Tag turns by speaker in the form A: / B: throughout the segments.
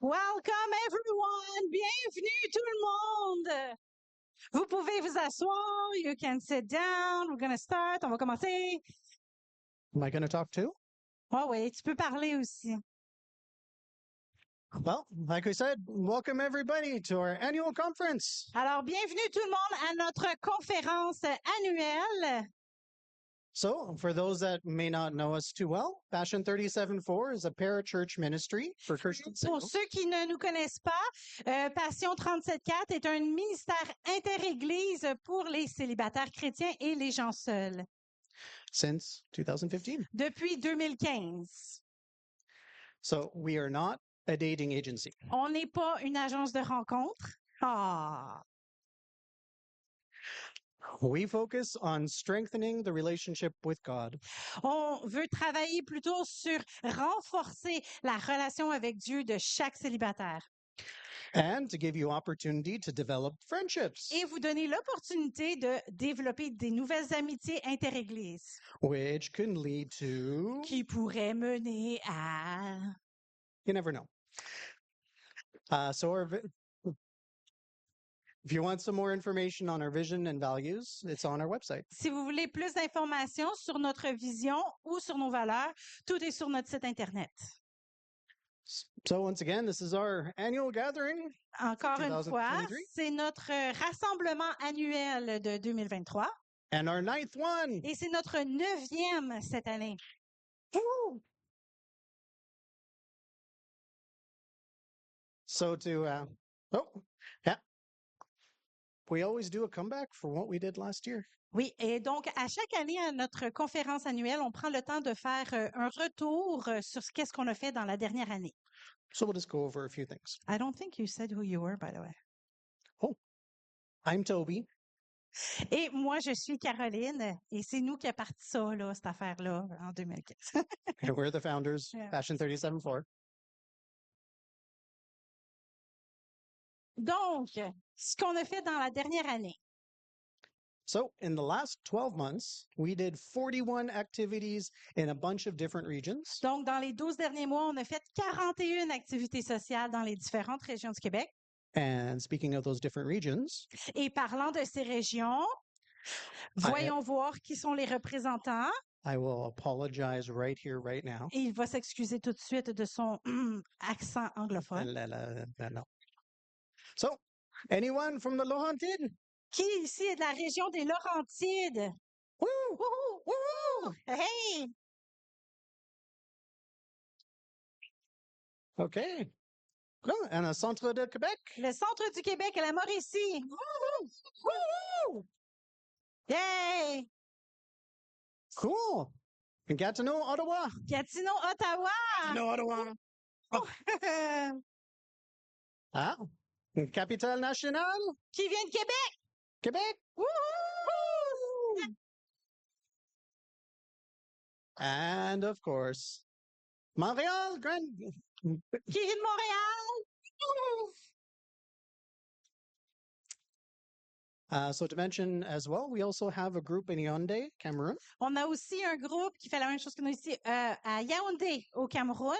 A: Welcome everyone! Bienvenue tout le monde! Vous pouvez vous asseoir, you can sit down, we're gonna start, on va commencer.
B: Am I going to talk too?
A: Ah oui, tu peux parler aussi.
B: Well, like we said, welcome everybody to our annual conference.
A: Alors, bienvenue tout le monde à notre conférence annuelle.
B: So, for those that may not know us too well, Passion 37.4 is a parachurch ministry for Christian
A: Pour
B: singles.
A: ceux qui ne nous connaissent pas, euh, Passion 37.4 est un ministère interéglise pour les célibataires chrétiens et les gens seuls
B: since 2015.
A: depuis 2015.
B: So, we are not a dating agency.
A: On n'est pas une agence de rencontre. Ah!
B: We focus on strengthening the relationship with God
A: On veut travailler plutôt sur renforcer la relation avec Dieu de chaque célibataire
B: and to give you opportunity to develop friendships,
A: et vous donner l'opportunité de développer des nouvelles amitiés interéglises
B: which can lead to,
A: qui pourraient mener à...
B: you never know. Uh, so, our, vi- if you want some more information on our vision and values, it's on our website.
A: Si vous voulez plus d'informations sur notre vision ou sur nos valeurs, tout est sur notre site Internet.
B: S- So once again, this is our annual gathering.
A: Encore une fois,
B: 2023.
A: c'est notre rassemblement annuel de 2023
B: And our ninth one.
A: et c'est notre neuvième cette année.
B: So to uh, oh yeah, we always do a comeback for what we did last year.
A: Oui, et donc à chaque année, à notre conférence annuelle, on prend le temps de faire euh, un retour euh, sur ce qu'est-ce qu'on a fait dans la dernière année.
B: So we'll just go over a few things.
A: I don't think you said who you were, by the way.
B: I'm Toby,
A: Et moi, je suis Caroline, et c'est nous qui a parti ça, là, cette affaire-là, en 2015.
B: and we're the founders,
A: Yeah.
B: Fashion 37.4.
A: donc, ce qu'on a fait dans la dernière année.
B: So in the last 12 months, we did 41 activities in a bunch of different regions,
A: Donc, dans les 12 derniers mois, on a fait 41 activités sociales dans les différentes régions du Québec.
B: and speaking of those different regions,
A: Et parlant de ces régions,
B: I-
A: voyons voir qui sont les représentants.
B: I will apologize right here, right now.
A: Et il va s'excuser tout de suite de son accent
B: La,
A: anglophone.
B: la, la, la, la. So, anyone from the Lohantin?
A: Qui ici est de la région des Laurentides?
B: Woo!
A: Wouhou! Wouhou! Hey!
B: Okay. Cool. And a Centre de Quebec?
A: Le centre du Québec et la Mauricie! Wouhou! Wouhou! Yay!
B: Cool. And Gatineau, Ottawa.
A: Gatineau, Ottawa!
B: Gatineau, Ottawa. Ah. And Capitale Nationale,
A: qui vient de Québec?
B: Quebec.
A: Wouhou!
B: And of course, Montreal, Grand.
A: Qui vient de Montréal? Wouhou!
B: Uh, so to mention as well, we also have a group in Yaoundé, Cameroon.
A: On a aussi un groupe qui fait la même chose que nous ici euh, à Yaoundé, au Cameroun.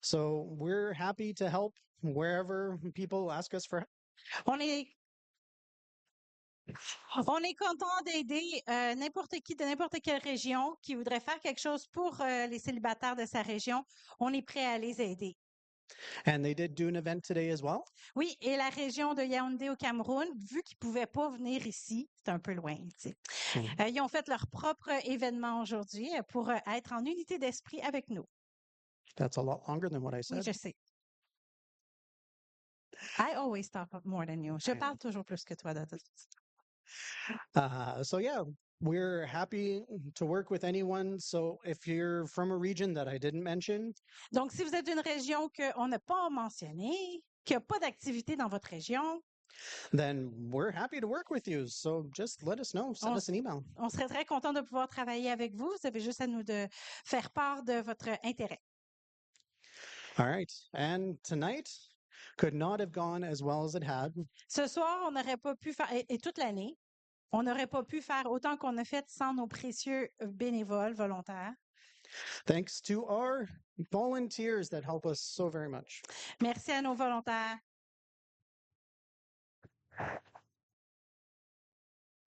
B: So we're happy to help wherever people ask us for help.
A: On est On est content d'aider euh, n'importe qui de n'importe quelle région qui voudrait faire quelque chose pour euh, les célibataires de sa région. On est prêt à les aider.
B: And they did do an event today as well.
A: Oui, et la région de Yaoundé au Cameroun, vu qu'ils pouvaient pas venir ici, c'est un peu loin, tu sais.
B: Mhm.
A: Euh, ils ont fait leur propre événement aujourd'hui euh, pour euh, être en unité d'esprit avec nous.
B: That's a lot longer than what I
A: Oui,
B: said.
A: je sais. I always talk more than you. Je
B: I know.
A: parle toujours plus que toi de toute façon.
B: Uh, so yeah, we're happy to work with anyone. So if you're from a region that I didn't mention,
A: Donc, si vous êtes d'une région qu'on n'a pas mentionnée, qu'il n'y a pas d'activité dans votre région,
B: then we're happy to work with you. So just let us know. Send
A: On-
B: us an email.
A: on serait très content de pouvoir travailler avec vous. Vous avez juste à nous de faire part de votre intérêt.
B: All right. And tonight could not have gone as well as it had
A: Ce soir, on n'aurait pas pu faire, et, et toute l'année, on n'aurait pas pu faire autant qu'on a fait sans nos précieux bénévoles volontaires
B: Thanks to our volunteers that help us so very much.
A: Merci à nos volontaires.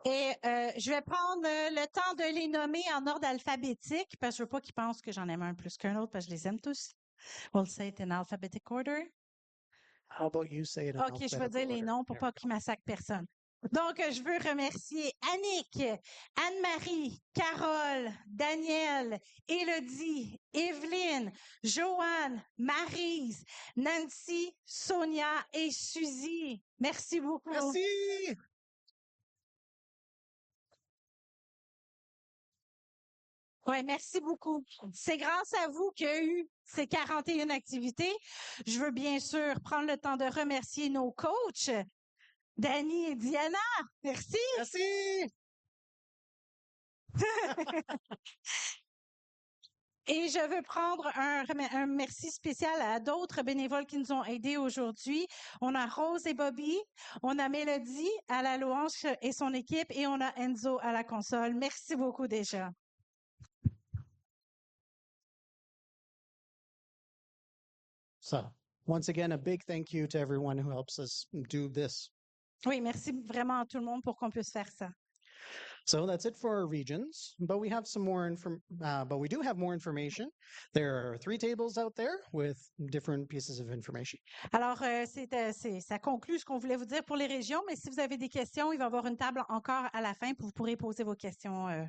A: Et euh, je vais prendre euh, le temps de les nommer en ordre alphabétique parce que je veux pas qu'ils pensent que j'en aime un plus qu'un autre parce que je les aime tous. We'll say it in alphabetic order.
B: How about you say it? in
A: OK, je vais
B: alphabetical
A: dire les
B: order?
A: noms pour pas
B: There
A: qu'ils massacrent personne. Donc, euh, je veux remercier Annick, Anne-Marie, Carole, Daniel, Élodie, Evelyne, Joanne, Marise, Nancy, Sonia et Suzy. Merci beaucoup.
B: we go. Merci!
A: Ouais, merci beaucoup. C'est grâce à vous qu'il y a eu ces 41 activités. Je veux bien sûr prendre le temps de remercier nos coachs, Danny et Diana. Merci.
B: Merci!
A: Et je veux prendre un, remer- un merci spécial à d'autres bénévoles qui nous ont aidés aujourd'hui. On a Rose et Bobby, on a Mélodie à la louange et son équipe, et on a Enzo à la console. Merci beaucoup déjà.
B: So, once again, a big thank you to everyone who helps us do this.
A: Oui, merci vraiment à tout le monde pour qu'on puisse faire ça.
B: So that's it for our regions, but we have some more inform- uh, but we do have more information. There are three tables out there with different pieces of information.
A: Alors, euh, c'est, euh, c'est- ça conclut ce qu'on voulait vous dire pour les régions, mais si vous avez des questions, il va y avoir une table encore à la fin pour vous pourrez poser vos questions euh,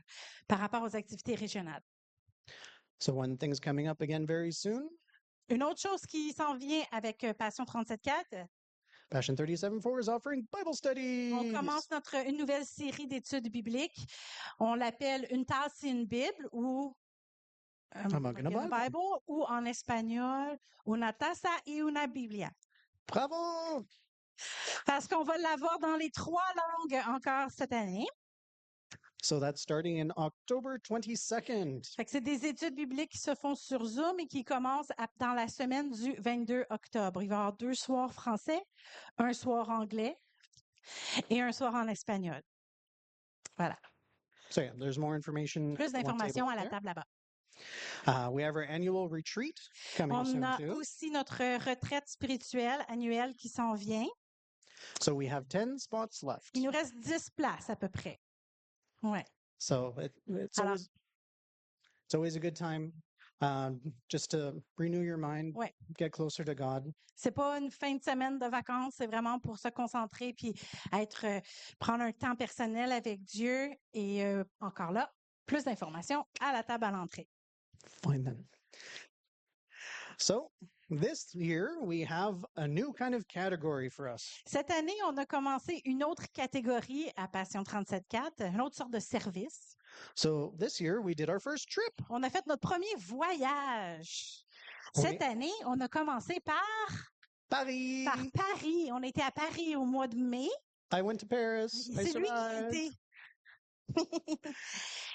A: par rapport aux activités régionales.
B: So one thing's coming up again very soon,
A: Une autre chose qui s'en vient avec euh, Passion 37.4,
B: Passion 37.4 is offering Bible studies.
A: On commence notre une nouvelle série d'études bibliques. On l'appelle une tasse et une Bible ou euh,
B: mug and a
A: mug and a
B: Bible.
A: Bible, ou en espagnol una taza y una Biblia.
B: Bravo!
A: Parce qu'on va l'avoir dans les trois langues encore cette année.
B: So that's starting in October 22nd.
A: Fait que c'est des études bibliques qui se font sur Zoom et qui commencent à- dans la semaine du 22 octobre. Il va y avoir deux soirs français, un soir anglais et un soir en espagnol.
B: So yeah, there's more information.
A: Plus
B: at one table hein?
A: d'informations à la
B: there.
A: table là-bas.
B: Uh, we have our annual retreat coming
A: On
B: soon
A: a
B: too.
A: aussi notre retraite spirituelle annuelle qui s'en vient.
B: So we have 10 spots left.
A: Il nous reste 10 places à peu près. Ouais.
B: So it, it's,
A: Alors-
B: always, it's always a good time um, just to renew your mind,
A: Ouais.
B: get closer to God.
A: C'est pas une fin de semaine de vacances, c'est vraiment pour se concentrer puis être euh, prendre un temps personnel avec Dieu et euh, encore là, plus d'informations à la table à l'entrée.
B: Fine then. So this year we have a new kind of category for us.
A: Cette année, on a commencé une autre catégorie à Passion 37.4, une autre sorte de service.
B: So this year we did our first trip.
A: On a fait notre premier voyage.
B: On
A: Cette
B: est-
A: année, on a commencé par
B: Paris.
A: par Paris. On était à Paris au mois de mai.
B: I went to Paris. I
A: C'est lui
B: survived.
A: qui était.
B: Yes.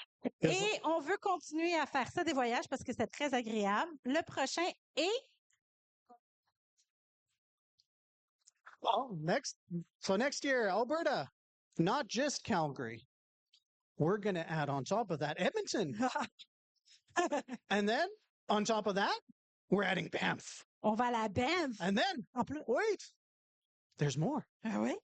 A: Et on veut continuer à faire ça des voyages parce que c'est très agréable. Le prochain est
B: Well, Oh, next, so next year, Alberta, not just Calgary. We're going to add on top of that
A: Mm.
B: Edmonton.
A: Ah,
B: And then on top of that, we're adding Banff.
A: on va à la Banff.
B: And then,
A: En plus,
B: wait, there's more.
A: ah oui.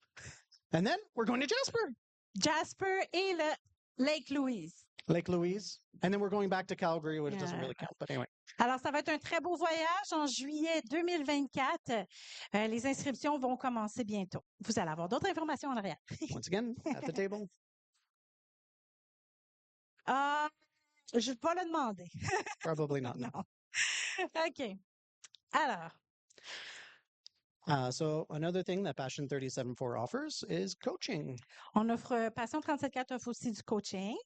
B: And then we're going to Jasper,
A: Jasper et le Lake Louise.
B: Lake Louise. And then we're going back to Calgary, which doesn't
A: Yeah.
B: really count. But anyway,
A: Alors, ça va être un très beau voyage en juillet 2024. Euh, les inscriptions vont commencer bientôt. Vous allez avoir d'autres informations en arrière.
B: once again, at the table.
A: Ah, je vais pas le demander.
B: Probably not. No.
A: Non. OK. Alors,
B: Uh, so another thing that Passion 37.4 offers is coaching,
A: on offre, euh, Passion 37.4 offre aussi du coaching.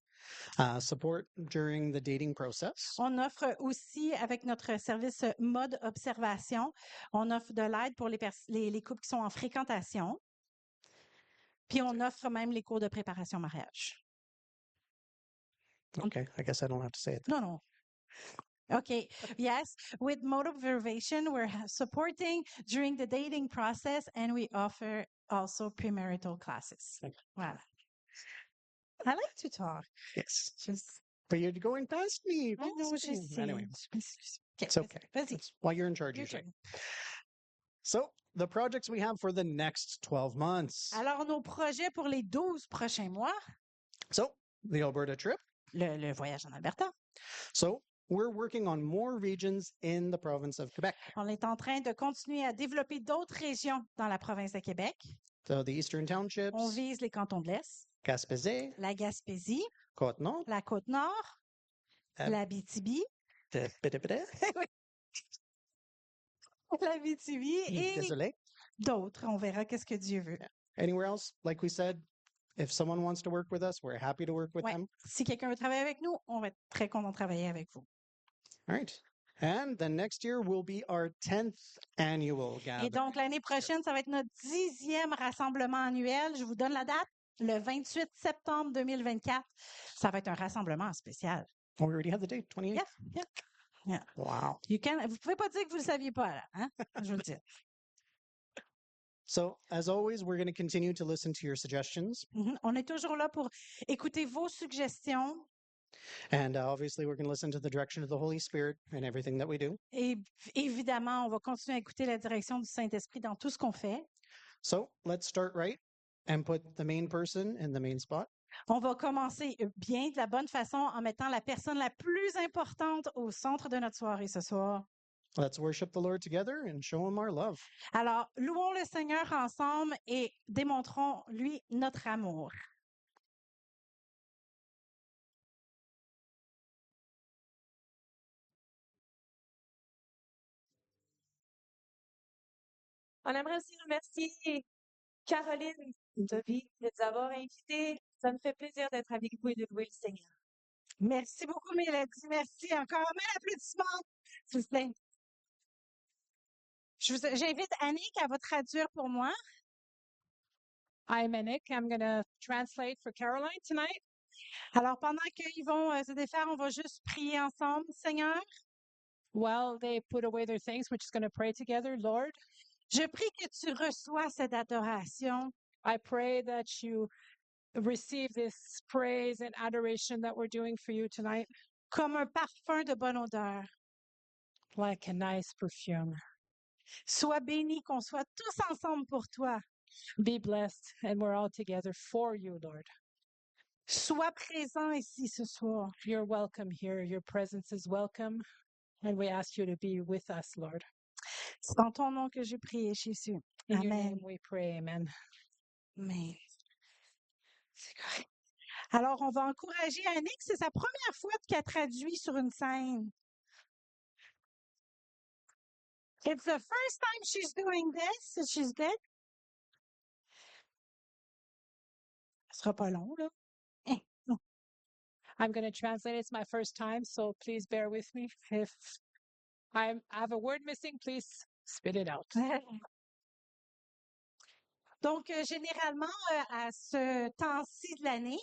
B: uh, support during the dating process.
A: On offre aussi, avec notre service euh, mode observation, on offre de l'aide pour les, pers- les, les couples qui sont en fréquentation. Puis on offre même les cours de préparation au mariage.
B: Okay, I guess I don't have to say it.
A: No, no. Okay. Yes. With mode observation, we're ha- supporting during the dating process and we offer also premarital classes.
B: Okay.
A: Voilà. I like to talk.
B: Yes.
A: Just
B: But you're going past me. What
A: Non,
B: was
A: je
B: you-
A: sais,
B: Anyway,
A: je sais. Ok,
B: it's okay.
A: Vas-y.
B: That's why you're in charge
A: your
B: usually.
A: turn.
B: So the projects we have for the next 12 months.
A: Alors, nos projets pour les 12 prochains mois,
B: So the Alberta trip.
A: le, le voyage en Alberta,
B: So we're working on more regions in the province of Quebec.
A: on est en train de continuer à développer d'autres régions dans la province de Québec.
B: So the Eastern
A: Oh,
B: Townships,
A: On vise les cantons de l'Est,
B: Gaspésie,
A: la Gaspésie,
B: Côte-Nord,
A: la Côte-Nord,
B: Euh,
A: la Bitibi,
B: de- bide- bide.
A: la Bitibi et
B: Désolé.
A: d'autres. On verra qu'est-ce que Dieu veut.
B: Anywhere else, like we said, if someone wants to work with us, we're happy to work with
A: Ouais.
B: them.
A: Si quelqu'un veut travailler avec nous, on va être très content de travailler avec vous.
B: All right. And then next year will be our 10th annual
A: Et
B: gathering.
A: donc, l'année prochaine, ça va être notre dixième rassemblement annuel. Je vous donne la date, le 28 septembre 2024. Ça va être un rassemblement spécial.
B: Oh, we already have the date, 28th.
A: yeah, yeah.
B: Wow.
A: You can- Vous pouvez pas dire que vous le saviez pas, là. Hein? Je vous le dis.
B: So, as always, we're going to continue to listen to your suggestions.
A: Mhm. On est toujours là pour écouter vos suggestions.
B: And uh, obviously, we're going to listen to the direction of the Holy Spirit and everything that we do.
A: Et évidemment, on va continuer à écouter la direction du Saint-Esprit dans tout ce qu'on fait.
B: So, let's start right and put the main person in the main spot.
A: On va commencer euh, bien de la bonne façon en mettant la personne la plus importante au centre de notre soirée ce soir.
B: Let's worship the Lord together and show him our love.
A: Alors, louons le Seigneur ensemble et démontrons-lui notre amour.
C: On aimerait aussi remercier Caroline, Toby, de nous avoir invités. Ça nous fait plaisir d'être avec vous et de louer le Seigneur.
A: Merci beaucoup, Mélodie. Merci encore. Un applaudissement, s'il vous plaît. Je vous- J'invite Annick à va traduire pour moi.
C: I'm Annick. I'm going to translate for Caroline tonight.
A: Alors, pendant qu'ils vont euh, se défaire, on va juste prier ensemble, Seigneur.
C: While they put away their things, we're just going to pray together. Lord,
A: Je prie que tu reçois cette adoration.
C: I pray that you receive this praise and adoration that we're doing for you tonight
A: comme un parfum de bonne odeur.
C: like a nice perfume.
A: Sois béni, qu'on soit tous ensemble pour toi.
C: Be blessed, and we're all together for you, Lord.
A: Sois présent ici ce soir.
C: You're welcome here. Your presence is welcome, and we ask you to be with us, Lord.
A: C'est dans ton nom que je prie, Jésus.
C: In your
A: Amen.
C: name we pray, amen.
A: Amen. C'est correct. Alors, on va encourager Annick. C'est sa première fois qu'elle traduit sur une scène. It's the first time she's doing this. and She's dead. Ce sera pas long, là.
C: I'm going to translate. It's my first time, so please bear with me. If I'm, I have a word missing, please spit it out.
A: Donc, euh, généralement, euh, à ce temps-ci de l'année,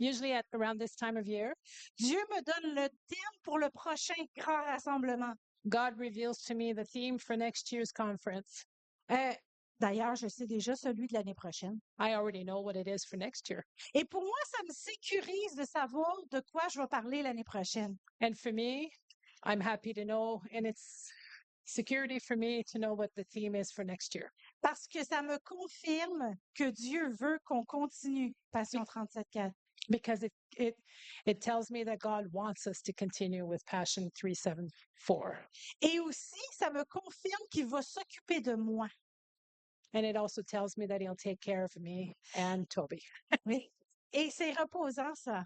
C: Usually at around this time of year,
A: Dieu me donne le thème pour le prochain grand rassemblement.
C: God reveals to me the theme for next year's conference.
A: Euh, D'ailleurs, je sais déjà celui de l'année prochaine.
C: I already know what it is for next year.
A: Et pour moi, ça me sécurise de savoir de quoi je vais parler l'année prochaine.
C: And for me, I'm happy to know, and it's security for me to know what the theme is for next year
A: Parce que ça me confirme que Dieu veut qu'on continue Passion 37.4.
C: because it, it, it tells me that God wants us to continue with Passion 374.
A: Et aussi, ça me confirme qu'il va s'occuper de moi.
C: And it also tells me that He'll take care of me and Toby.
A: Oui. Et c'est reposant, ça.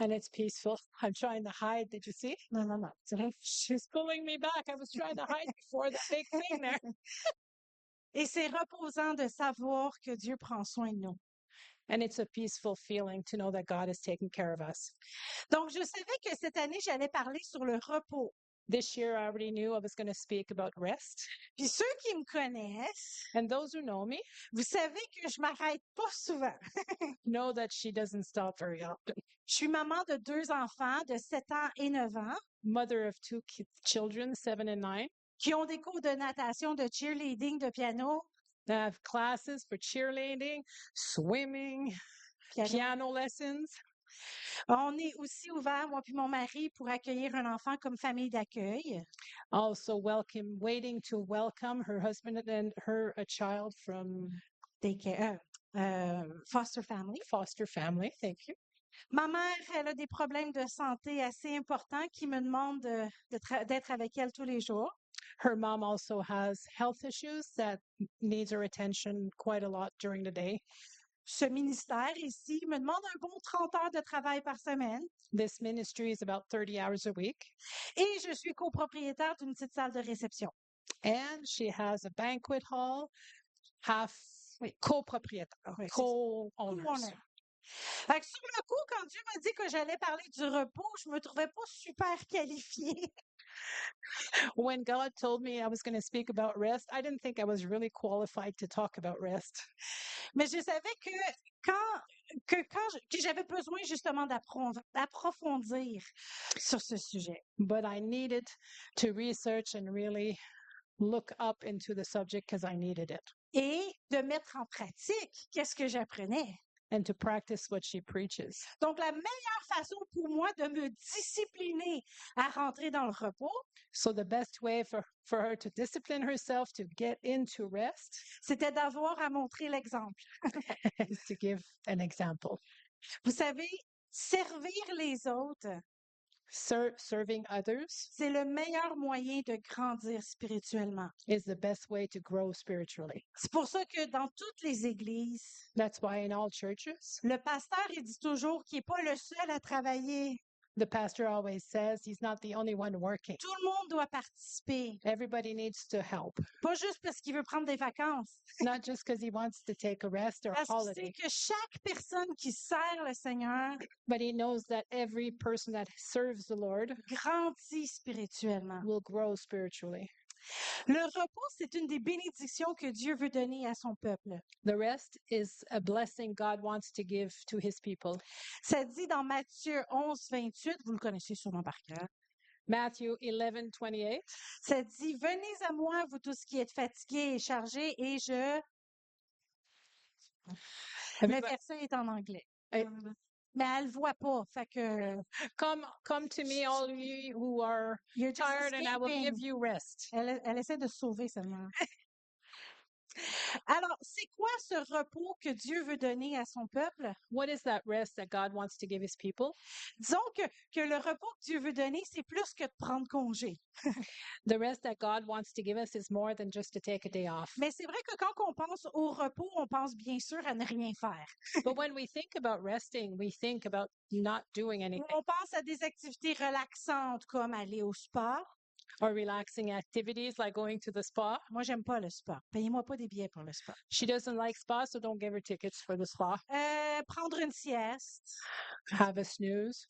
C: and it's peaceful. I'm trying to hide. Did you see?
A: Non, non, non. c'est vrai.
C: She's pulling me back. I was trying to hide before the big thing there.
A: Et c'est reposant de savoir que Dieu prend soin de nous.
C: And it's a peaceful feeling to know that God is taking care of us.
A: Donc, je savais que cette année, j'allais parler sur le repos.
C: This year, I already knew I was going to speak about rest.
A: Puis ceux qui me connaissent,
C: And those who know me
A: vous savez que je m'arrête pas souvent.
C: know that she doesn't stop very often.
A: Je suis maman de deux enfants de 7 ans et 9 ans
C: Mother of two ki- children, seven and nine.
A: qui ont des cours de natation, de cheerleading, de piano,
C: I have classes for cheerleading, swimming,
A: piano.
C: piano lessons.
A: On est aussi ouvert, moi puis mon mari, pour accueillir un enfant comme famille d'accueil.
C: Also welcome, waiting to welcome her husband and her a child from
A: Daycare, euh, euh, foster family.
C: foster family. Thank you.
A: Ma mère, elle a des problèmes de santé assez importants qui me demandent de- de tra- d'être avec elle tous les jours.
C: Her mom also has health issues that needs her attention quite a lot during the day.
A: Ce ministère ici me demande un bon 30 heures de travail par semaine
C: This ministry is about 30 hours a week,
A: et je suis copropriétaire d'une petite salle de réception.
C: and she has a banquet hall, half
A: Oui.
C: co-propriétaire,
A: Oui, Ah c'est-
C: co-owners.
A: Corner. Fait que sur le coup, quand Dieu m'a dit que j'allais parler du repos, je me trouvais pas super qualifiée.
C: When God told me I was going to speak about rest, I didn't think I was really qualified to talk about rest.
A: Mais je savais que quand, que quand je- que j'avais besoin justement d'appro- d'approfondir sur ce sujet.
C: but I needed to research and really look up into the subject because I needed it
A: Et de mettre en pratique qu'est-ce que j'apprenais.
C: and to practice what she preaches.
A: Donc, la meilleure façon pour moi de me discipliner à rentrer dans le repos,
C: So the best way for, for her to discipline herself to get into rest
A: c'était d'avoir à montrer l'exemple.
C: is to give an example.
A: Vous savez, servir les autres,
C: Ser- serving others
A: c'est le meilleur moyen de grandir spirituellement.
C: is the best way to grow spiritually.
A: C'est pour ça que dans toutes les églises,
C: That's why in all churches,
A: le pasteur, il dit toujours qu'il n'est pas le seul à travailler.
C: the pastor always says he's not the only one working.
A: Tout le monde doit participer.
C: Everybody needs to help,
A: Pas juste parce qu'il veut prendre des vacances.
C: not just because he wants to take a rest or a
A: Parce qu'il sait
C: holiday,
A: que chaque personne qui sert le Seigneur
C: but he knows that every person that serves the Lord
A: grandit spirituellement.
C: will grow spiritually.
A: Le repos, c'est une des bénédictions que Dieu veut donner à son peuple.
C: The rest is a blessing God wants to give to his people.
A: Ça dit dans Matthieu 11, 28, vous le connaissez sûrement par cœur.
C: Matthew 11, 28.
A: Ça dit, venez à moi, vous tous qui êtes fatigués et chargés, et je... Le
C: Everybody-
A: verset est en anglais. Euh,
C: Eh.
A: Mais elle le voit pas, fait que... euh,
C: Come, come to me, all you who are
A: You're just
C: tired, and I will
A: escaping.
C: give you rest.
A: Elle, elle essaie de sauver Seigneur. Alors, c'est quoi ce repos que Dieu veut donner à son peuple?
C: What is that rest that God wants to give his people?
A: Disons que, que le repos que Dieu veut donner, c'est plus que de prendre congé.
C: The rest that God wants to give us is more than just to take a day off.
A: Mais c'est vrai que quand on pense au repos, on pense bien sûr à ne rien faire.
C: but when we think about resting, we think about not doing
A: Ou
C: anything
A: On pense à des activités relaxantes comme aller au spa.
C: or relaxing activities like going to the spa.
A: Moi, j'aime pas le spa. Payez-moi pas des billets pour le spa.
C: She doesn't like spa, so don't give her tickets for the spa.
A: Euh, prendre une sieste,
C: Have a snooze,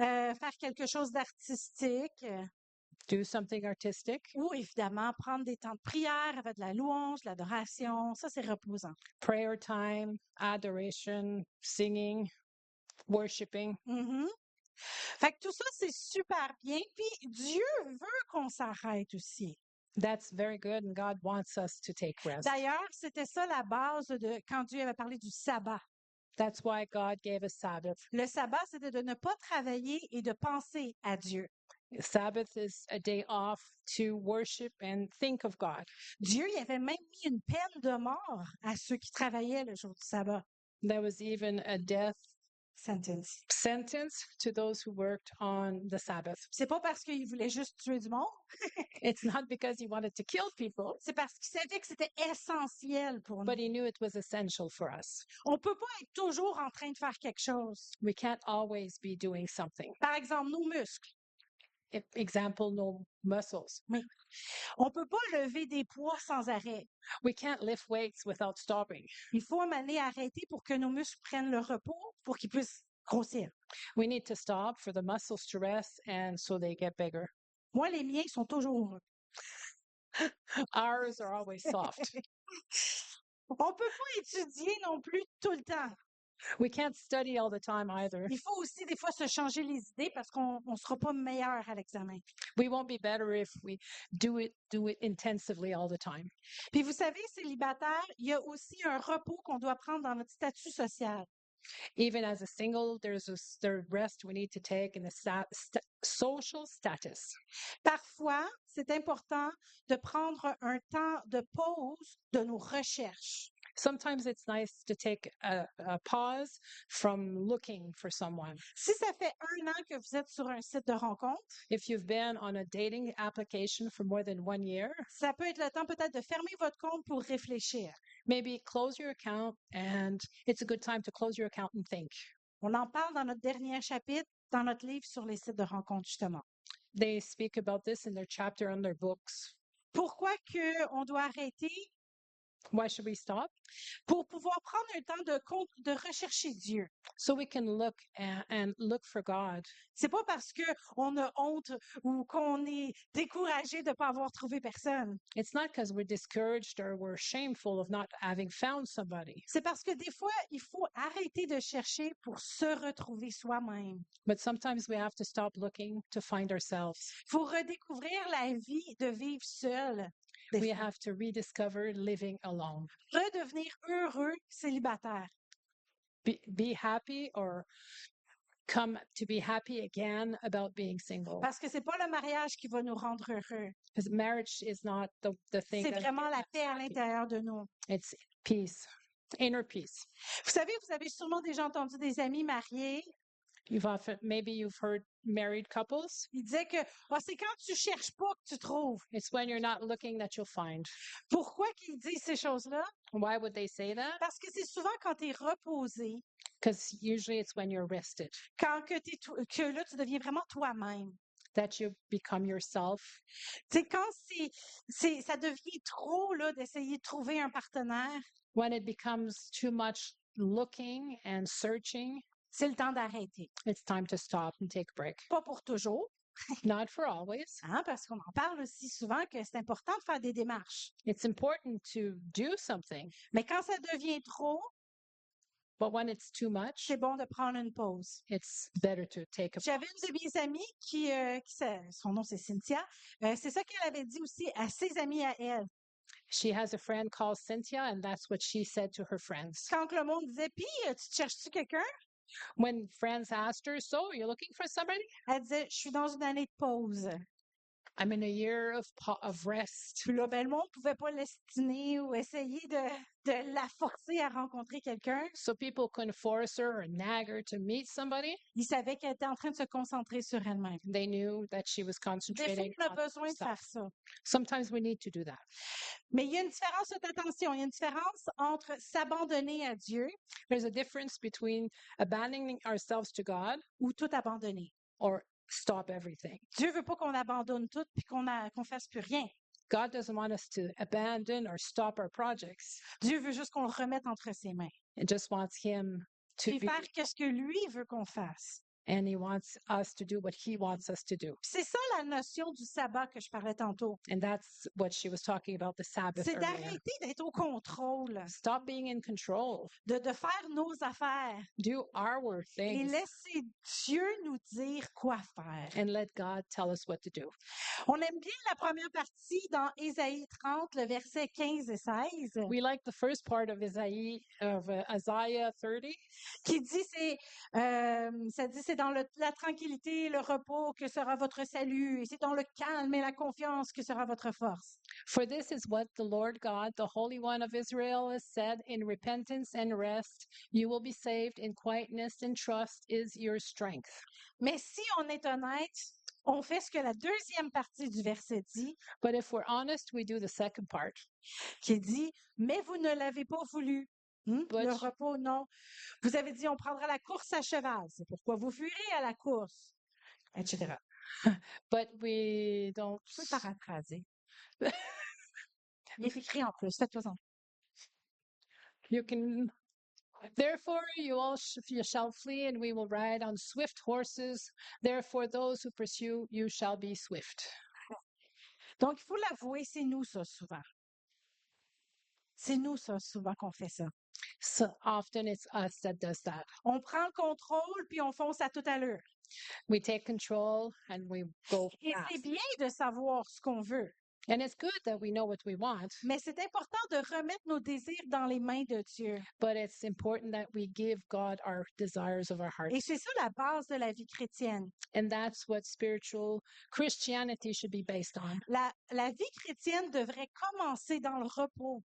A: euh, faire quelque chose d'artistique, euh,
C: do something artistic.
A: ou évidemment prendre des temps de prière avec de la louange, de l'adoration. Ça, c'est reposant.
C: prayer time, adoration, singing, worshiping.
A: Mhm. Fait que tout ça, c'est super bien. Puis Dieu veut qu'on s'arrête aussi.
C: That's very good, and God wants us to take rest.
A: D'ailleurs, c'était ça la base de quand Dieu avait parlé du sabbat.
C: That's why God gave us Sabbath.
A: Le sabbat, c'était de ne pas travailler et de penser à Dieu.
C: Sabbath is a day off to worship and think of God.
A: Dieu y avait même mis une peine de mort à ceux qui travaillaient le jour du sabbat.
C: There was even a death
A: Sentence.
C: sentence to those who worked on the Sabbath.
A: C'est pas parce qu'il voulait juste tuer du monde,
C: It's not because he wanted to kill people,
A: c'est parce qu'il savait que c'était essentiel pour nous.
C: but he knew it was essential for us.
A: On peut pas être toujours en train de faire quelque chose.
C: We can't always be doing something.
A: Par exemple, nos muscles.
C: E- Example, no muscles.
A: On peut pas lever des poids sans arrêt.
C: We can't lift weights without stopping.
A: Il faut m'aller arrêter pour que nos muscles prennent le repos pour qu'ils puissent grossir.
C: We need to stop for the muscles to rest and so they get bigger.
A: Moi, les miens sont toujours
C: Ours are always soft.
A: On peut pas étudier non plus tout le temps.
C: we can't study all the time either.
A: Il faut aussi des fois se changer les idées parce qu'on ne sera pas meilleur à l'examen.
C: We won't be better if we do it do it intensively all the time.
A: Puis vous savez, célibataire, il y a aussi un repos qu'on doit prendre dans notre statut social.
C: Even as a single, there's a s- the rest we need to take in the sa- st- social status.
A: Parfois, c'est important de prendre un temps de pause de nos recherches.
C: Sometimes it's nice to take a, a pause from looking for someone.
A: Si ça fait un an que vous êtes sur un site de rencontre,
C: If you've been on a dating application for more than one year,
A: ça peut être le temps peut-être de fermer votre compte pour réfléchir.
C: maybe close your account and it's a good time to close your account and think.
A: On en parle dans notre dernier chapitre, dans notre livre sur les sites de rencontres, justement.
C: They speak about this in their chapter on their books.
A: Pourquoi que on doit arrêter
C: Why should we stop?
A: pour pouvoir prendre un temps de compte, de rechercher Dieu?
C: So we can look and, and look for God.
A: C'est pas parce que on a honte ou qu'on est découragé de ne pas avoir trouvé personne.
C: It's not because we're discouraged or we're shameful of not having found somebody,
A: C'est parce que des fois, il faut arrêter de chercher pour se retrouver soi-même.
C: but sometimes we have to stop looking to find ourselves.
A: Il faut redécouvrir la vie de vivre seul. Des
C: We
A: fois.
C: have to rediscover living alone.
A: Redevenir heureux célibataire.
C: Be, be happy or come to be happy again about being single.
A: Parce que c'est pas le mariage qui va nous rendre heureux.
C: Because marriage is not the, the thing.
A: C'est
C: that-
A: vraiment la paix à l'intérieur de nous.
C: It's peace, inner peace.
A: Vous savez, vous avez sûrement déjà entendu des amis mariés.
C: You've often, maybe you've heard married couples.
A: Ils disaient que Ah, c'est quand tu cherches pas que tu trouves.
C: It's when you're not looking that you'll find.
A: Pourquoi qu'ils disent ces choses-là?
C: Why would they say that?
A: Parce que c'est souvent quand tu es reposé,
C: Because usually it's when you're rested
A: quand que, t'es to- que là, tu deviens vraiment toi-même.
C: that you become yourself.
A: Tu sais, quand c'est, c'est, ça devient trop là, d'essayer de trouver un partenaire,
C: When it becomes too much looking and searching,
A: c'est le temps d'arrêter.
C: it's time to stop and take a break.
A: Pas pour toujours,
C: Not for always.
A: hein, parce qu'on en parle aussi souvent que c'est important de faire des démarches.
C: It's important to do something,
A: Mais quand ça devient trop,
C: but when it's too much,
A: c'est bon de prendre une pause.
C: it's better to take a
A: J'avais une de mes amies qui, euh, qui s'a- son nom c'est Cynthia, Euh, c'est ça qu'elle avait dit aussi à ses amis à elle.
C: She has a friend called Cynthia, and that's what she said to her friends.
A: Quand que le monde disait, puis euh, tu te cherches-tu quelqu'un?
C: When friends asked her, So, you're looking for somebody?
A: Elle disait, je suis dans une année de pause.
C: I'm in a year of, pa- of rest.
A: Puis là, ben, le monde pouvait pas l'estiner ou essayer de, de la forcer à rencontrer quelqu'un.
C: So people couldn't force her or nag her to meet somebody.
A: Ils savaient qu'elle était en train de se concentrer sur elle-même.
C: They knew that she was
A: Des fois,
C: concentrating.
A: on a
C: on-
A: besoin de
C: ça.
A: faire ça.
C: Sometimes we need to do that.
A: Mais il y a une différence, faites attention, il y a une différence entre s'abandonner à Dieu
C: There's a difference between abandoning ourselves to God
A: ou tout abandonner.
C: or stop everything.
A: Dieu veut pas qu'on abandonne tout puis qu'on a- qu'on fasse plus rien.
C: God doesn't want us to abandon or stop our projects.
A: Dieu veut juste qu'on le remette entre ses mains.
C: It just wants Him to
A: Puis
C: be,
A: faire qu'est-ce que lui veut qu'on fasse.
C: and He wants us to do what He wants us to do.
A: Puis C'est ça la notion du sabbat que je parlais tantôt.
C: And that's what she was talking about the Sabbath.
A: C'est
C: Earlier.
A: d'arrêter d'être au contrôle,
C: Stop being in control.
A: de, de faire nos affaires
C: Do our
A: et
C: things
A: laisser Dieu nous dire quoi faire.
C: and let God tell us what to do.
A: On aime bien la première partie dans Ésaïe 30, le verset 15 et 16,
C: We like the first part of Isaiah, of uh, Isaiah 30.
A: qui dit c'est euh, ça dit c'est dans le- la tranquillité, le repos que sera votre salut, et c'est dans le calme et la confiance que sera votre force.
C: For this is what the Lord God, the Holy One of Israel, has said in repentance and rest, you will be saved in quietness and trust is your strength.
A: Mais si on est honnête, on fait ce que la deuxième partie du verset dit,
C: But if we're honest, we do the second part.
A: qui dit mais vous ne l'avez pas voulu. Hum,
C: But-
A: Le repos, non. Vous avez dit, on prendra la course à cheval. C'est pourquoi vous fuirez à la course, etc.
C: But we don't.
A: Je peux paraphraser. Il est écrit en plus, faites-toi en.
C: You can. Therefore, you all sh- you shall flee, and we will ride on swift horses. Therefore, those who pursue you shall be swift.
A: Donc, il faut l'avouer, c'est nous, ça, souvent. C'est nous, ça, souvent, qu'on fait ça.
C: So often, it's us that does that.
A: On prend le contrôle, puis on fonce à toute allure.
C: We take control and we go
A: Et
C: fast.
A: Ah, c'est bien de savoir ce qu'on veut,
C: And it's good that we know what we want,
A: Mais c'est important de remettre nos désirs dans les mains de Dieu.
C: but it's important that we give God our desires of our
A: Et
C: hearts.
A: c'est ça la base de la vie chrétienne.
C: And that's what spiritual Christianity should be based on.
A: La, la vie chrétienne devrait commencer dans le repos.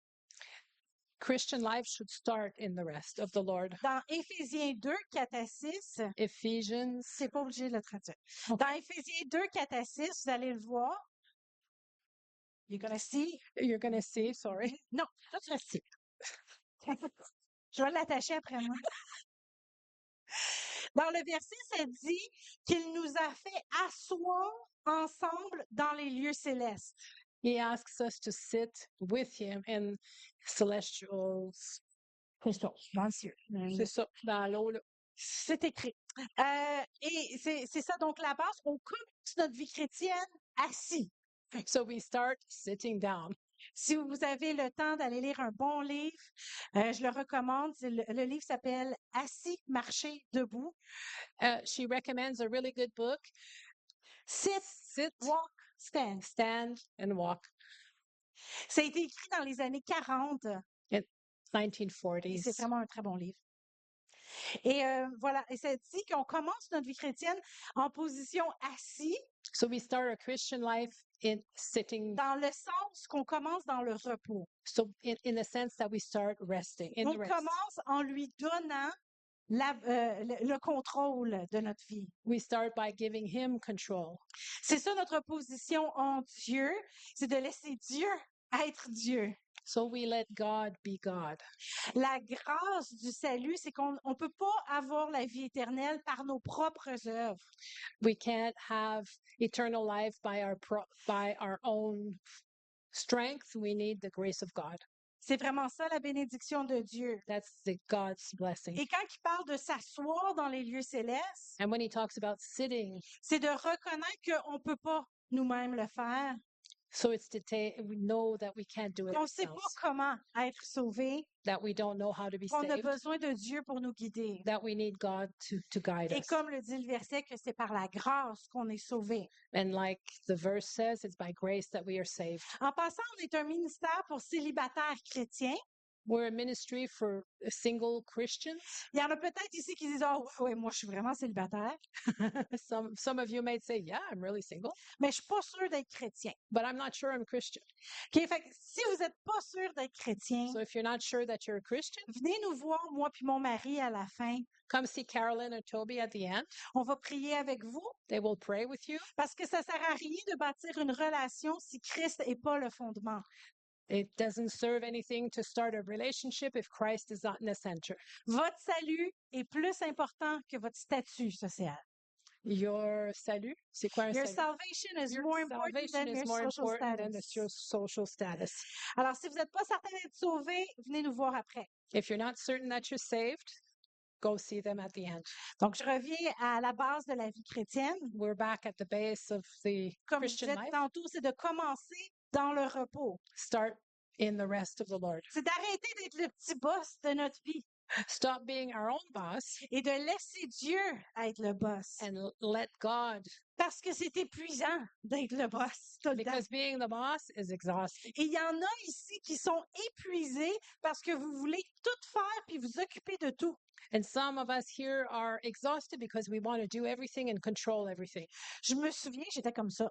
C: Christian life should start in the rest of the Lord.
A: Dans Éphésiens 2, 4 à 6,
C: Ephesians,
A: c'est pas obligé de le traduire.
C: Ok.
A: Dans Éphésiens 2, 4 à 6, vous allez le voir. You're gonna see.
C: you're going to see, sorry.
A: Non, ça, tu vas le see. Je vais l'attacher après moi. Dans le verset, ça dit qu'il nous a fait asseoir ensemble dans les lieux célestes.
C: He asks us to sit with him in celestials.
A: Dans les cieux.
C: C'est ça, dans l'eau, là.
A: C'est écrit. Euh, et c'est c'est ça, donc la base, on commence notre vie chrétienne assis.
C: So we start sitting down.
A: Si vous avez le temps d'aller lire un bon livre, euh, je le recommande. C'est Le, le livre s'appelle Assis, marcher, debout.
C: Uh, she recommends a really good book.
A: Sit,
C: Sit,
A: walk, stand.
C: stand, and walk.
A: Ça a été écrit dans les années 40 et
C: 1940s.
A: c'est vraiment un très bon livre. Et euh, voilà, et ça dit qu'on commence notre vie chrétienne en position assis,
C: So we start our Christian life in sitting.
A: dans le sens qu'on commence dans le repos.
C: So in, in the sense that we start resting in
A: On
C: the rest.
A: commence en lui donnant la- euh, le, le contrôle de notre vie.
C: We start by giving him control.
A: C'est ça notre position en Dieu, c'est de laisser Dieu être Dieu.
C: So we let God be God.
A: La grâce du salut, c'est qu'on ne peut pas avoir la vie éternelle par nos propres œuvres.
C: We can't have eternal life by our pro- by our own strength. We need the grace of God.
A: C'est vraiment ça la bénédiction de Dieu.
C: That's the God's blessing.
A: Et quand il parle de s'asseoir dans les lieux célestes,
C: And when he talks about sitting,
A: c'est de reconnaître qu'on ne peut pas nous-mêmes le faire,
C: so it's to take we know that we can't do it
A: qu'on ne sait pas
C: ourselves,
A: comment être sauvé,
C: that we don't know how to be
A: qu'on a
C: saved,
A: besoin de Dieu pour nous guider.
C: that we need God to to guide
A: Et
C: us.
A: comme le dit le verset, que c'est par la grâce qu'on est sauvé.
C: And like the verse says, it's by grace that we are saved.
A: En passant, on est un ministère pour célibataires chrétiens.
C: We're a ministry for uh, single Christians.
A: Il y en a peut-être ici qui disent, oh, ouais, ouais, moi, je suis vraiment célibataire,
C: some some of you might say, "Yeah, I'm really single,
A: mais je suis pas sûr d'être chrétien.
C: but I'm not sure I'm Christian."
A: OK? Fait que si vous n'êtes pas sûr d'être chrétien,
C: So if you're not sure that you're a Christian,
A: venez nous voir, moi puis mon mari, à la fin.
C: come see Carolyn or Toby at the end.
A: On va prier avec vous
C: They will pray with you.
A: parce que ça sert à rien de bâtir une relation si Christ n'est pas le fondement.
C: It doesn't serve anything to start a relationship if Christ is not in the center.
A: Votre salut est plus important que votre statut social.
C: Your salut, c'est quoi un
A: Your
C: salut?
A: salvation is
C: Your
A: more important
C: salvation
A: than
C: is
A: your
C: more
A: social
C: important than the
A: status.
C: so- social status.
A: Alors, si vous n'êtes pas certain d'être sauvé, venez nous voir après.
C: If you're not certain that you're saved, go see them at the end.
A: Donc, je reviens à la base de la vie chrétienne.
C: We're back at the base of the
A: Comme je
C: Christian
A: disais
C: life.
A: tantôt, c'est de commencer dans le repos.
C: Start in the rest of the Lord.
A: C'est d'arrêter d'être le petit boss de notre vie
C: Stop being our own boss
A: et de laisser Dieu être le boss.
C: and l- let God,
A: Parce que c'est épuisant d'être le boss tout le temps.
C: because being the boss is exhausting.
A: Et il y en a ici qui sont épuisés parce que vous voulez tout faire puis vous occuper de tout.
C: And some of us here are exhausted because we want to do everything and control everything.
A: Je me souviens, j'étais comme ça.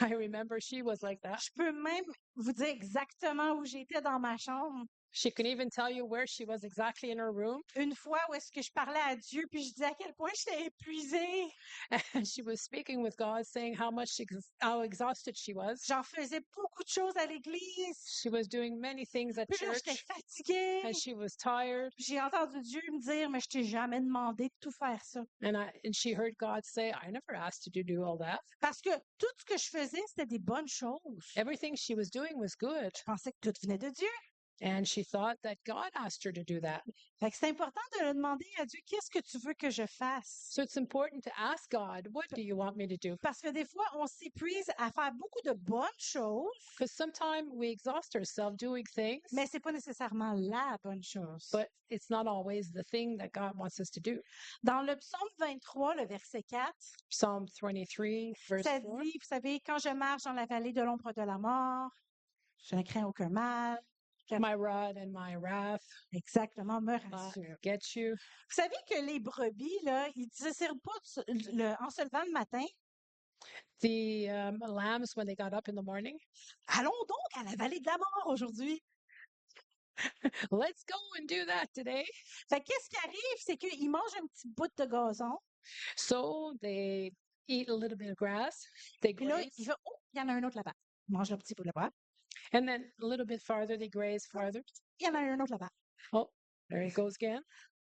C: I remember she was like that.
A: Je peux même vous dire exactement où j'étais dans ma chambre.
C: She can even tell you where she was exactly in her room.
A: Une fois où est-ce que je parlais à Dieu puis je disais à quel point j'étais épuisée.
C: And she was speaking with God, saying how much, ex- how exhausted she was.
A: J'en faisais beaucoup de choses à l'église.
C: She was doing many things at
A: Puis là,
C: church
A: j'étais fatiguée.
C: and she was tired.
A: Puis J'ai entendu Dieu me dire, mais je t'ai jamais demandé de tout faire ça.
C: And I, and she heard God say, I never asked you to do all that.
A: Parce que tout ce que je faisais, c'était des bonnes choses.
C: Everything she was doing was good.
A: Je pensais que tout venait de Dieu.
C: And she thought that God asked her to do that.
A: Fait que c'est important de le demander à Dieu, qu'est-ce que tu veux que je fasse?
C: So it's important to ask God, what do you want me to do?
A: Parce que des fois, on s'épuise à faire beaucoup de bonnes choses,
C: Because sometimes we exhaust ourselves doing things,
A: mais c'est pas nécessairement la bonne chose.
C: but it's not always the thing that God wants us to do.
A: Dans le psaume 23, le verset 4,
C: Psalm 23, verse
A: ça
C: 4.
A: dit, vous savez, quand je marche dans la vallée de l'ombre de la mort, je ne crains aucun mal.
C: My rod and my wrath
A: Exactement, me
C: uh,
A: rassure.
C: get you.
A: Vous savez que les brebis, là, ils ne servent pas de se- le- en se levant le matin.
C: The um, lambs, when they got up in the morning,
A: Allons donc à la vallée de la mort aujourd'hui.
C: let's go and do that today.
A: Fait que qu'est-ce qui arrive, c'est qu'ils mangent un petit bout de gazon.
C: So they eat a little bit of grass, they
A: Puis là,
C: graze,
A: il va, oh, il y en a un autre là-bas. Il mange le petit bout là-bas.
C: and then a little bit farther, they graze farther.
A: Il y en a un autre là-bas.
C: There it goes again.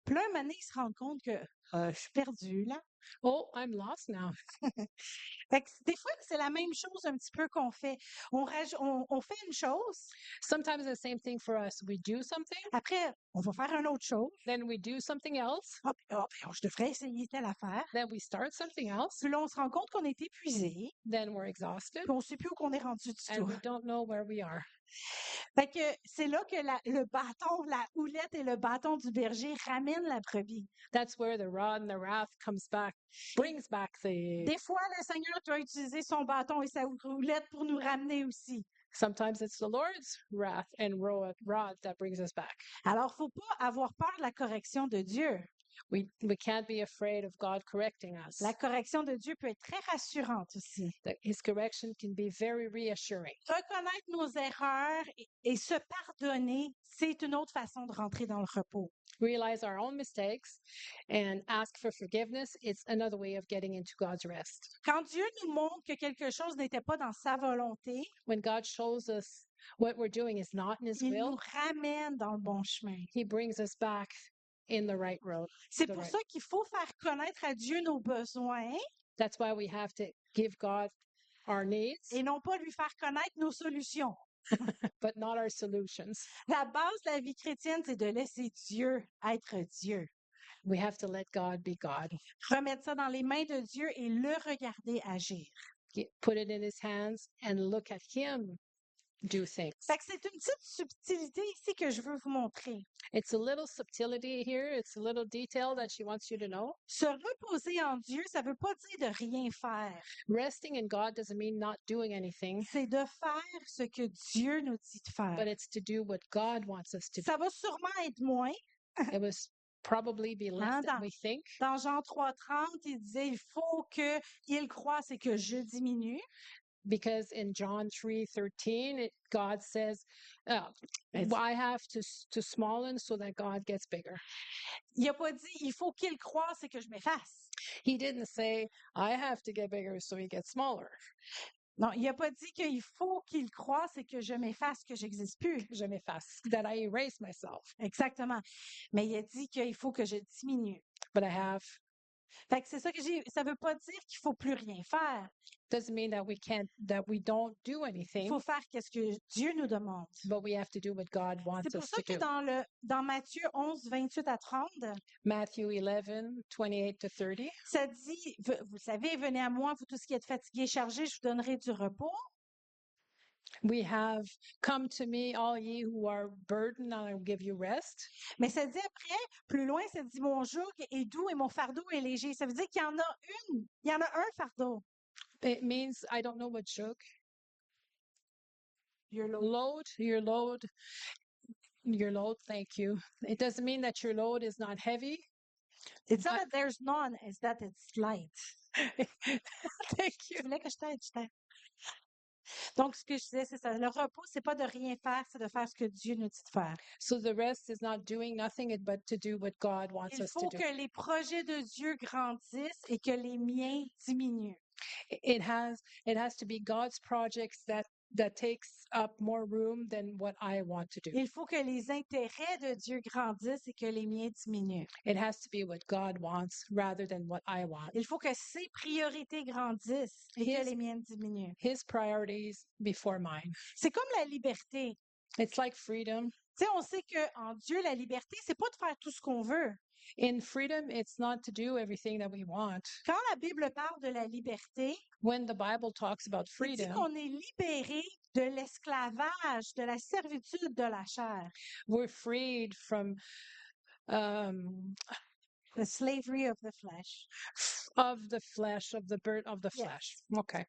A: Puis là, un moment donné, il se rend compte que euh, je suis perdue, là.
C: Oh, I'm lost now.
A: Fait que c- des fois, c'est la même chose un petit peu qu'on fait. On, raj- on, on fait une chose,
C: Sometimes the same thing for us. We do something,
A: après, on va faire une autre chose.
C: then we do something else,
A: Ah, ben, ah, ben, je devrais essayer telle affaire.
C: then we start something else,
A: Puis là, on se rend compte qu'on est épuisé,
C: then we're exhausted,
A: puis on ne sait plus où qu'on est rendu du
C: and
A: tout.
C: we don't know where we are.
A: Fait que c'est là que la- le bâton, la houlette et le bâton du berger ramènent la brebis.
C: That's where the rod and the wrath comes back, brings back the.
A: Des fois, le Seigneur doit utiliser son bâton et sa houlette pour nous ramener aussi.
C: Sometimes it's the Lord's wrath and ro- rod that brings us back.
A: Alors, faut pas avoir peur de la correction de Dieu.
C: We we can't be afraid of God correcting us.
A: La correction de Dieu peut être très rassurante aussi.
C: that His correction can be very reassuring.
A: Reconnaître nos erreurs et, et se pardonner, c'est une autre façon de rentrer dans le repos.
C: Realize our own mistakes and ask for forgiveness. It's another way of getting into God's rest.
A: Quand Dieu nous montre que quelque chose n'était pas dans sa volonté,
C: When God shows us what we're doing is not in His
A: il nous
C: will,
A: ramène dans le bon chemin.
C: He brings us back in the right road.
A: C'est
C: C'est
A: pour
C: vrai.
A: ça qu'il faut faire connaître à Dieu nos besoins
C: That's why we have to give God our needs,
A: et non pas lui faire connaître nos solutions.
C: but not our solutions.
A: La base de la vie chrétienne, c'est de laisser Dieu être Dieu.
C: We have to let God be God.
A: Remettre ça dans les mains de Dieu et le regarder agir.
C: Get- Put it in His hands and look at Him do things.
A: Fait que c'est une petite subtilité ici que je veux vous montrer.
C: It's a little subtlety here. It's a little detail that she wants you to know.
A: Se reposer en Dieu, ça ne veut pas dire de rien faire.
C: Resting in God doesn't mean not doing anything,
A: C'est de faire ce que Dieu nous dit de
C: but
A: faire.
C: it's to do what God wants us to do.
A: Ça va sûrement être moins.
C: It was probably be less than
A: Adam.
C: we think.
A: Dans Jean 3.30, il disait, il faut que il croit, c'est que je diminue.
C: Because in John 3 13, it, God says, uh,
A: It's-
C: I have to, s- to smallen so that God gets bigger.
A: Il n'a pas dit il faut qu'il croie, c'est que je m'efface.
C: He didn't say, I have to get bigger so he gets smaller.
A: Non, il n'a pas dit qu'il faut qu'il croie, c'est que je m'efface, que j'existe plus.
C: Je m'efface, that I erase myself,
A: Exactement. Mais il a dit qu'il faut que je diminue.
C: but I have.
A: Fait que c'est ça que j'ai. Ça veut pas dire qu'il faut plus rien faire.
C: Doesn't mean that we can't, that we don't do
A: Il
C: anything,
A: faut faire qu'est-ce que Dieu nous demande.
C: but we have to do what God
A: C'est
C: wants
A: pour
C: us
A: ça
C: to
A: que
C: do.
A: dans le dans Matthieu 11, 28 à 30,
C: Matthew 11 28 to 30.
A: ça dit, Ve- vous le savez, venez à moi, vous tous qui êtes fatigués, chargés, je vous donnerai du repos.
C: We have come to me, all ye who are burdened, and I will give you rest.
A: Mais ça dit après, plus loin, ça dit mon joug est doux et mon fardeau est léger. Ça veut dire qu'il y en a une, il y en a un fardeau.
C: It means I don't know what yoke. Your load, your load, your load. Thank you. It doesn't mean that your load is not heavy.
A: It's not
C: I-
A: that there's none, it's that it's light.
C: thank you.
A: Tu voulais que je t'aide, je t'aide. Donc, ce que je disais, c'est ça. Le repos, c'est pas de rien faire, c'est de faire ce que Dieu nous dit de faire.
C: So the rest is not doing nothing, it- but to do what God wants
A: Il
C: us to
A: faut
C: do.
A: que les projets de Dieu grandissent et que les miens diminuent.
C: I- It has it has to be God's projects that that takes up more room than what I want to do.
A: Il faut que les intérêts de Dieu grandissent et que les miens diminuent.
C: It has to be what God wants rather than what I want.
A: Il faut que ses priorités grandissent et que
C: Yes.
A: les miennes diminuent.
C: His priorities before mine.
A: C'est comme la liberté.
C: It's like freedom.
A: Tu sais, on sait qu'en Dieu, la liberté, c'est pas de faire tout ce qu'on veut.
C: In freedom, it's not to do everything that we want.
A: Quand la Bible parle de la liberté,
C: When the Bible talks
A: il
C: about
A: dit
C: freedom,
A: qu'on est libéré de l'esclavage, de la servitude de la chair.
C: we're freed from um,
A: The slavery of the flesh.
C: f- of the flesh, of the bird of the
A: Yes.
C: flesh. Okay.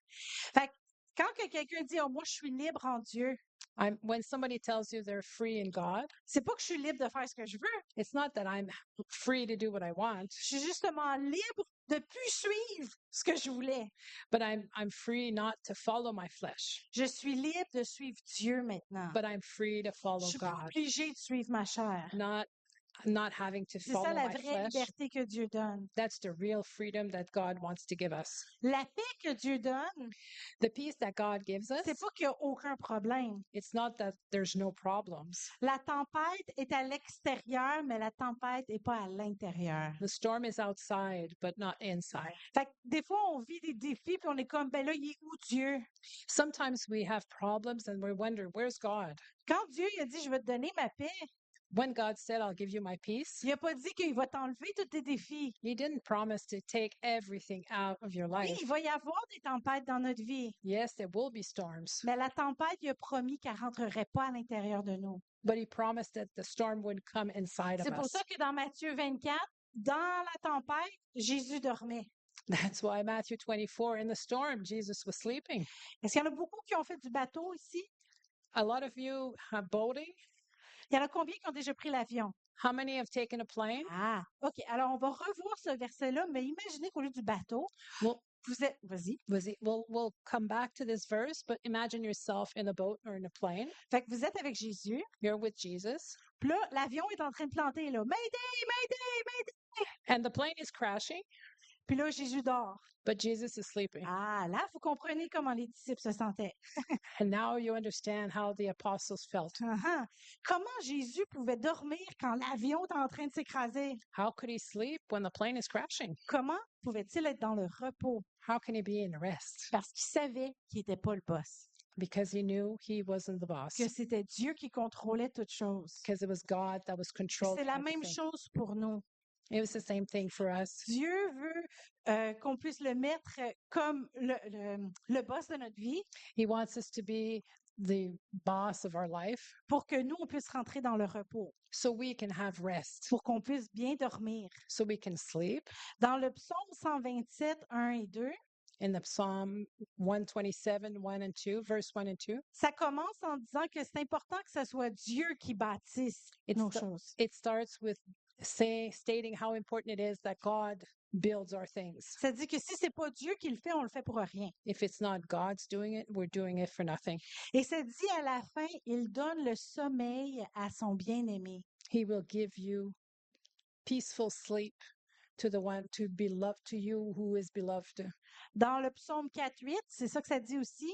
A: Quand que quelqu'un dit, oh, moi, je suis libre en Dieu,
C: I'm, when somebody tells you they're free in God,
A: c'est pas que je suis libre de faire ce que je veux.
C: it's not that I'm free to do what I want,
A: Je suis justement libre de plus suivre ce que je voulais.
C: but I'm I'm free not to follow my flesh,
A: Je suis libre de suivre Dieu maintenant.
C: but I'm free to
A: Ah. Je
C: follow
A: suis pas
C: God,
A: obligée de suivre ma chair.
C: not not having to
A: C'est ça
C: follow
A: la
C: my
A: vraie
C: flesh.
A: liberté que Dieu donne.
C: That's the real freedom that God wants to give us.
A: La paix que Dieu donne,
C: The peace that God gives us,
A: c'est pas qu'il n'y a aucun problème.
C: it's not that there's no problems.
A: La tempête est à l'extérieur, mais la tempête n'est pas à l'intérieur.
C: The storm is outside, but not inside.
A: Fait que des fois, on vit des défis, puis on est comme, ben là, il est où Dieu?
C: Sometimes we have problems and we wonder, where's God?
A: Quand Dieu il a dit, je vais te donner ma paix,
C: When God said, I'll give you my peace,
A: il n'a pas dit qu'il va t'enlever tous tes défis.
C: He didn't promise to take everything out of your
A: Oui,
C: life.
A: il va y avoir des tempêtes dans notre vie,
C: Yes, there will be storms,
A: mais la tempête, il a promis qu'elle ne rentrerait pas à l'intérieur de nous.
C: but He promised that the storm would come inside
A: C'est
C: of
A: pour
C: us.
A: ça que dans Matthieu 24, dans la tempête, Jésus dormait.
C: That's why Matthew 24, in the storm, Jesus was sleeping.
A: Est-ce qu'il y en a beaucoup qui ont fait du bateau ici?
C: A lot of you have boating.
A: Il y en a combien qui ont déjà pris l'avion?
C: How many have taken a plane?
A: Ah, OK. Alors, on va revoir ce verset-là, mais imaginez qu'au lieu du bateau,
C: Well,
A: vous êtes. Vas-y.
C: was it, we'll, we'll come back to this verse, but imagine yourself in a boat or in a plane.
A: Fait que vous êtes avec Jésus.
C: You're with Jesus,
A: Puis là, l'avion est en train de planter, là. Mayday, mayday, mayday.
C: and the plane is crashing,
A: Puis là, Jésus dort.
C: but Jesus is sleeping.
A: Ah, là, vous comprenez comment les disciples se sentaient.
C: And now you understand how the apostles felt.
A: Ah, ah. Comment Jésus pouvait dormir quand l'avion est en train de s'écraser?
C: How could he sleep when the plane is crashing?
A: Comment pouvait-il être dans le repos?
C: How can he be in rest?
A: Parce qu'il savait qu'il n'était pas le boss,
C: Because he knew he wasn't the boss.
A: que c'était Dieu qui contrôlait toutes choses.
C: Because it was God that was
A: Puis
C: controlling
A: C'est la même
C: everything.
A: chose pour nous.
C: It was the same thing for us.
A: Dieu veut euh, qu'on puisse le mettre euh, comme le, le- le boss de notre vie
C: He wants us to be the boss of our life
A: pour que nous, on puisse rentrer dans le repos,
C: so we can have rest,
A: pour qu'on puisse bien dormir.
C: so we can sleep.
A: Dans le psaume 127, 1 et 2,
C: In the Psalm 127, 1 and 2, verse 1 and 2,
A: ça commence en disant que c'est important que ce soit Dieu qui bâtisse
C: It's
A: nos
C: the-
A: choses.
C: it starts with say, stating how important it is that God builds our things.
A: Ça dit que si c'est pas Dieu qui le fait, on le fait pour rien.
C: If it's not God's doing it, we're doing it for nothing.
A: Et ça dit à la fin, il donne le sommeil à son bien-aimé.
C: He will give you peaceful sleep to the one to be loved to you who is beloved.
A: Dans le psaume 4, 8, c'est ça que ça dit aussi.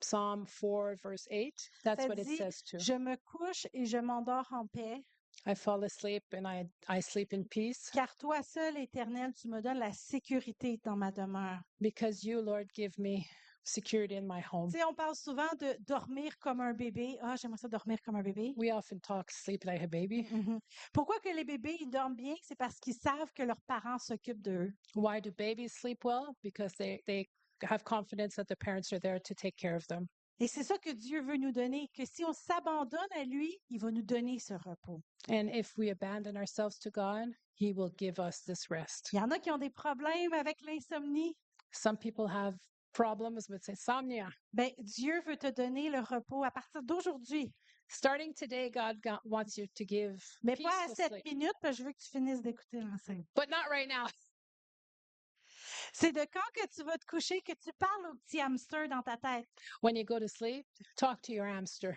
C: Psalm 4, verse 8. That's
A: Ça
C: what it
A: dit,
C: says too.
A: Je me couche et je m'endors en paix.
C: I fall asleep and I, I sleep in peace
A: Car toi seul, Éternel, tu me donnes la sécurité dans ma demeure.
C: because you, Lord, give me security in my home.
A: Tu sais, on parle souvent de dormir comme un bébé. Ah, j'aimerais ça dormir comme un bébé.
C: We often talk sleep like a baby.
A: Mhm. Pourquoi que les bébés, ils dorment bien? C'est parce qu'ils savent que leurs parents s'occupent d'eux.
C: Why do babies sleep well? Because they, they have confidence that their parents are there to take care of them.
A: Et c'est ça que Dieu veut nous donner, que si on s'abandonne à lui, il va nous donner ce repos.
C: And if we abandon ourselves to God, He will give us this rest.
A: Il y en a qui ont des problèmes avec l'insomnie.
C: Some people have problems with insomnia.
A: Ben, Dieu veut te donner le repos à partir d'aujourd'hui,
C: Starting today, God go- wants you to give
A: mais pas à
C: peaceful
A: 7
C: sleep,
A: minutes, parce que je veux que tu finisses d'écouter l'enseigne.
C: but not right now.
A: C'est de quand que tu vas te coucher que tu parles au petit hamster dans ta tête.
C: When you go to sleep, talk to your hamster.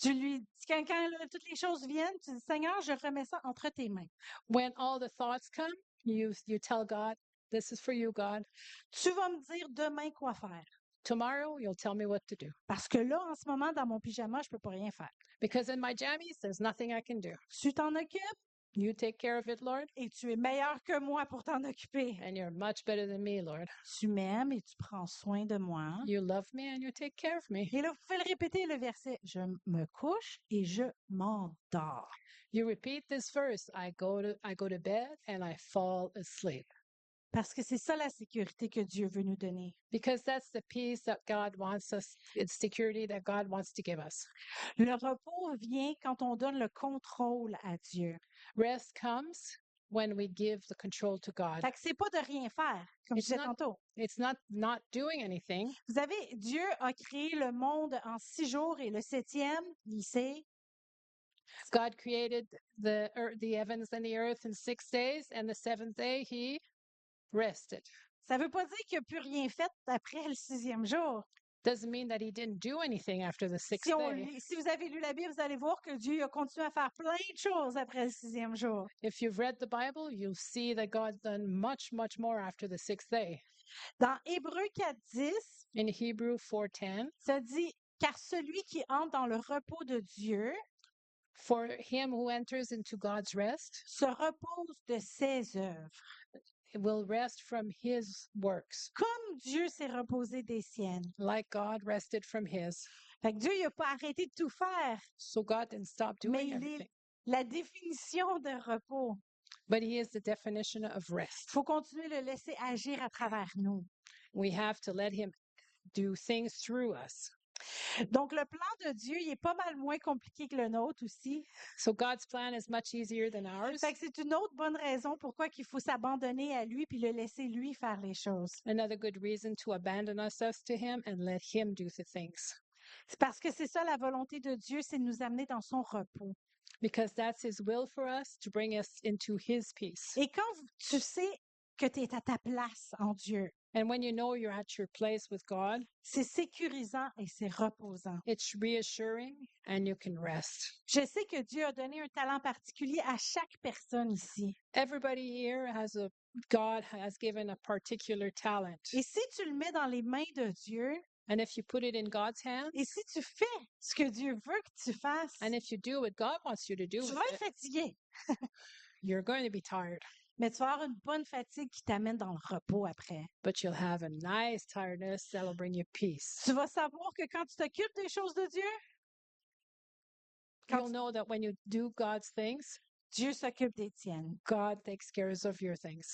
A: Tu lui dis, quand, quand là, toutes les choses viennent, tu dis, Seigneur, je remets ça entre tes mains.
C: When all the thoughts come, you you tell God, "This is for you, God."
A: Tu vas me dire demain quoi faire.
C: Tomorrow, you'll tell me what to do
A: Parce que là, en ce moment, dans mon pyjama, je peux pas rien faire.
C: because in my jammies, there's nothing I can do.
A: Tu t'en occupes,
C: You take care of it, Lord,
A: et tu es meilleur que moi pour t'en occuper.
C: and you're much better than me, Lord.
A: Tu m'aimes et tu prends soin de moi.
C: You love me and you take care of me.
A: Et là, vous pouvez le répéter, le verset. Je me couche et je m'endors.
C: You repeat this verse, I go to I go to bed and I fall asleep.
A: Parce que c'est ça la sécurité que Dieu veut nous donner.
C: Because that's the peace that God wants us, it's security that God wants to give us.
A: Le repos vient quand on donne le contrôle à Dieu.
C: Rest comes when we give the control to God.
A: Fait que c'est pas de rien faire, comme je
C: It's
A: disais
C: not-
A: tantôt.
C: It's not not doing anything.
A: Vous savez, Dieu a créé le monde en six jours et le septième, il s'est
C: God created the ear the heavens and the earth in 6 days and the 7th day he rested.
A: Ça veut pas dire qu'il n'a plus rien fait après le sixième jour.
C: Doesn't mean that he didn't do anything after the 6th
A: Si, on
C: day.
A: lit- si vous avez lu la Bible, vous allez voir que Dieu a continué à faire plein de choses après le sixième jour.
C: If you've read the Bible, you'll see that God done much, much more after the sixth day.
A: Dans Hébreu 4, 10,
C: In Hebrew 4:10,
A: ça dit Car celui qui entre dans le repos de Dieu
C: for him who enters into God's rest
A: se repose de ses œuvres,
C: will rest from his works,
A: comme Dieu s'est reposé des siennes.
C: like God rested from his.
A: Fait que Dieu n'a pas arrêté de tout faire.
C: So God didn't stop
A: Mais
C: doing
A: il est-
C: everything.
A: La définition de repos,
C: But he is the definition of rest.
A: faut continuer de le laisser agir à travers nous.
C: We have to let him do things through us.
A: Donc, le plan de Dieu, il est pas mal moins compliqué que le nôtre aussi.
C: So God's plan is much easier than ours.
A: Fait que c'est une autre bonne raison pourquoi qu'il faut s'abandonner à lui puis le laisser lui faire les choses.
C: Another good reason to abandon ourselves to him and let him do the things.
A: C'est parce que c'est ça la volonté de Dieu, c'est de nous amener dans son repos.
C: because that's his will for us to bring us into his peace.
A: Et quand v- tu sais que tu es à ta place en Dieu,
C: And when you know you're at your place with God,
A: c'est sécurisant et c'est reposant.
C: it's reassuring and you can rest.
A: Je sais que Dieu a donné un talent particulier à chaque personne ici.
C: Everybody here has a God has given a particular talent.
A: Et si tu le mets dans les mains de Dieu,
C: And if you put it in God's hand
A: et si tu fais ce que Dieu veut que tu fasses,
C: and if you do what God wants you to do,
A: tu
C: with
A: vas être
C: it,
A: fatigué,
C: you're going to be tired,
A: mais tu vas avoir une bonne fatigue qui t'amène dans le repos après.
C: but you'll have a nice tiredness that'll bring you peace.
A: Tu vas savoir que quand tu t'occupes des choses de Dieu,
C: You'll know that when you do God's things,
A: Dieu s'occupe des tiennes.
C: God takes care of your things.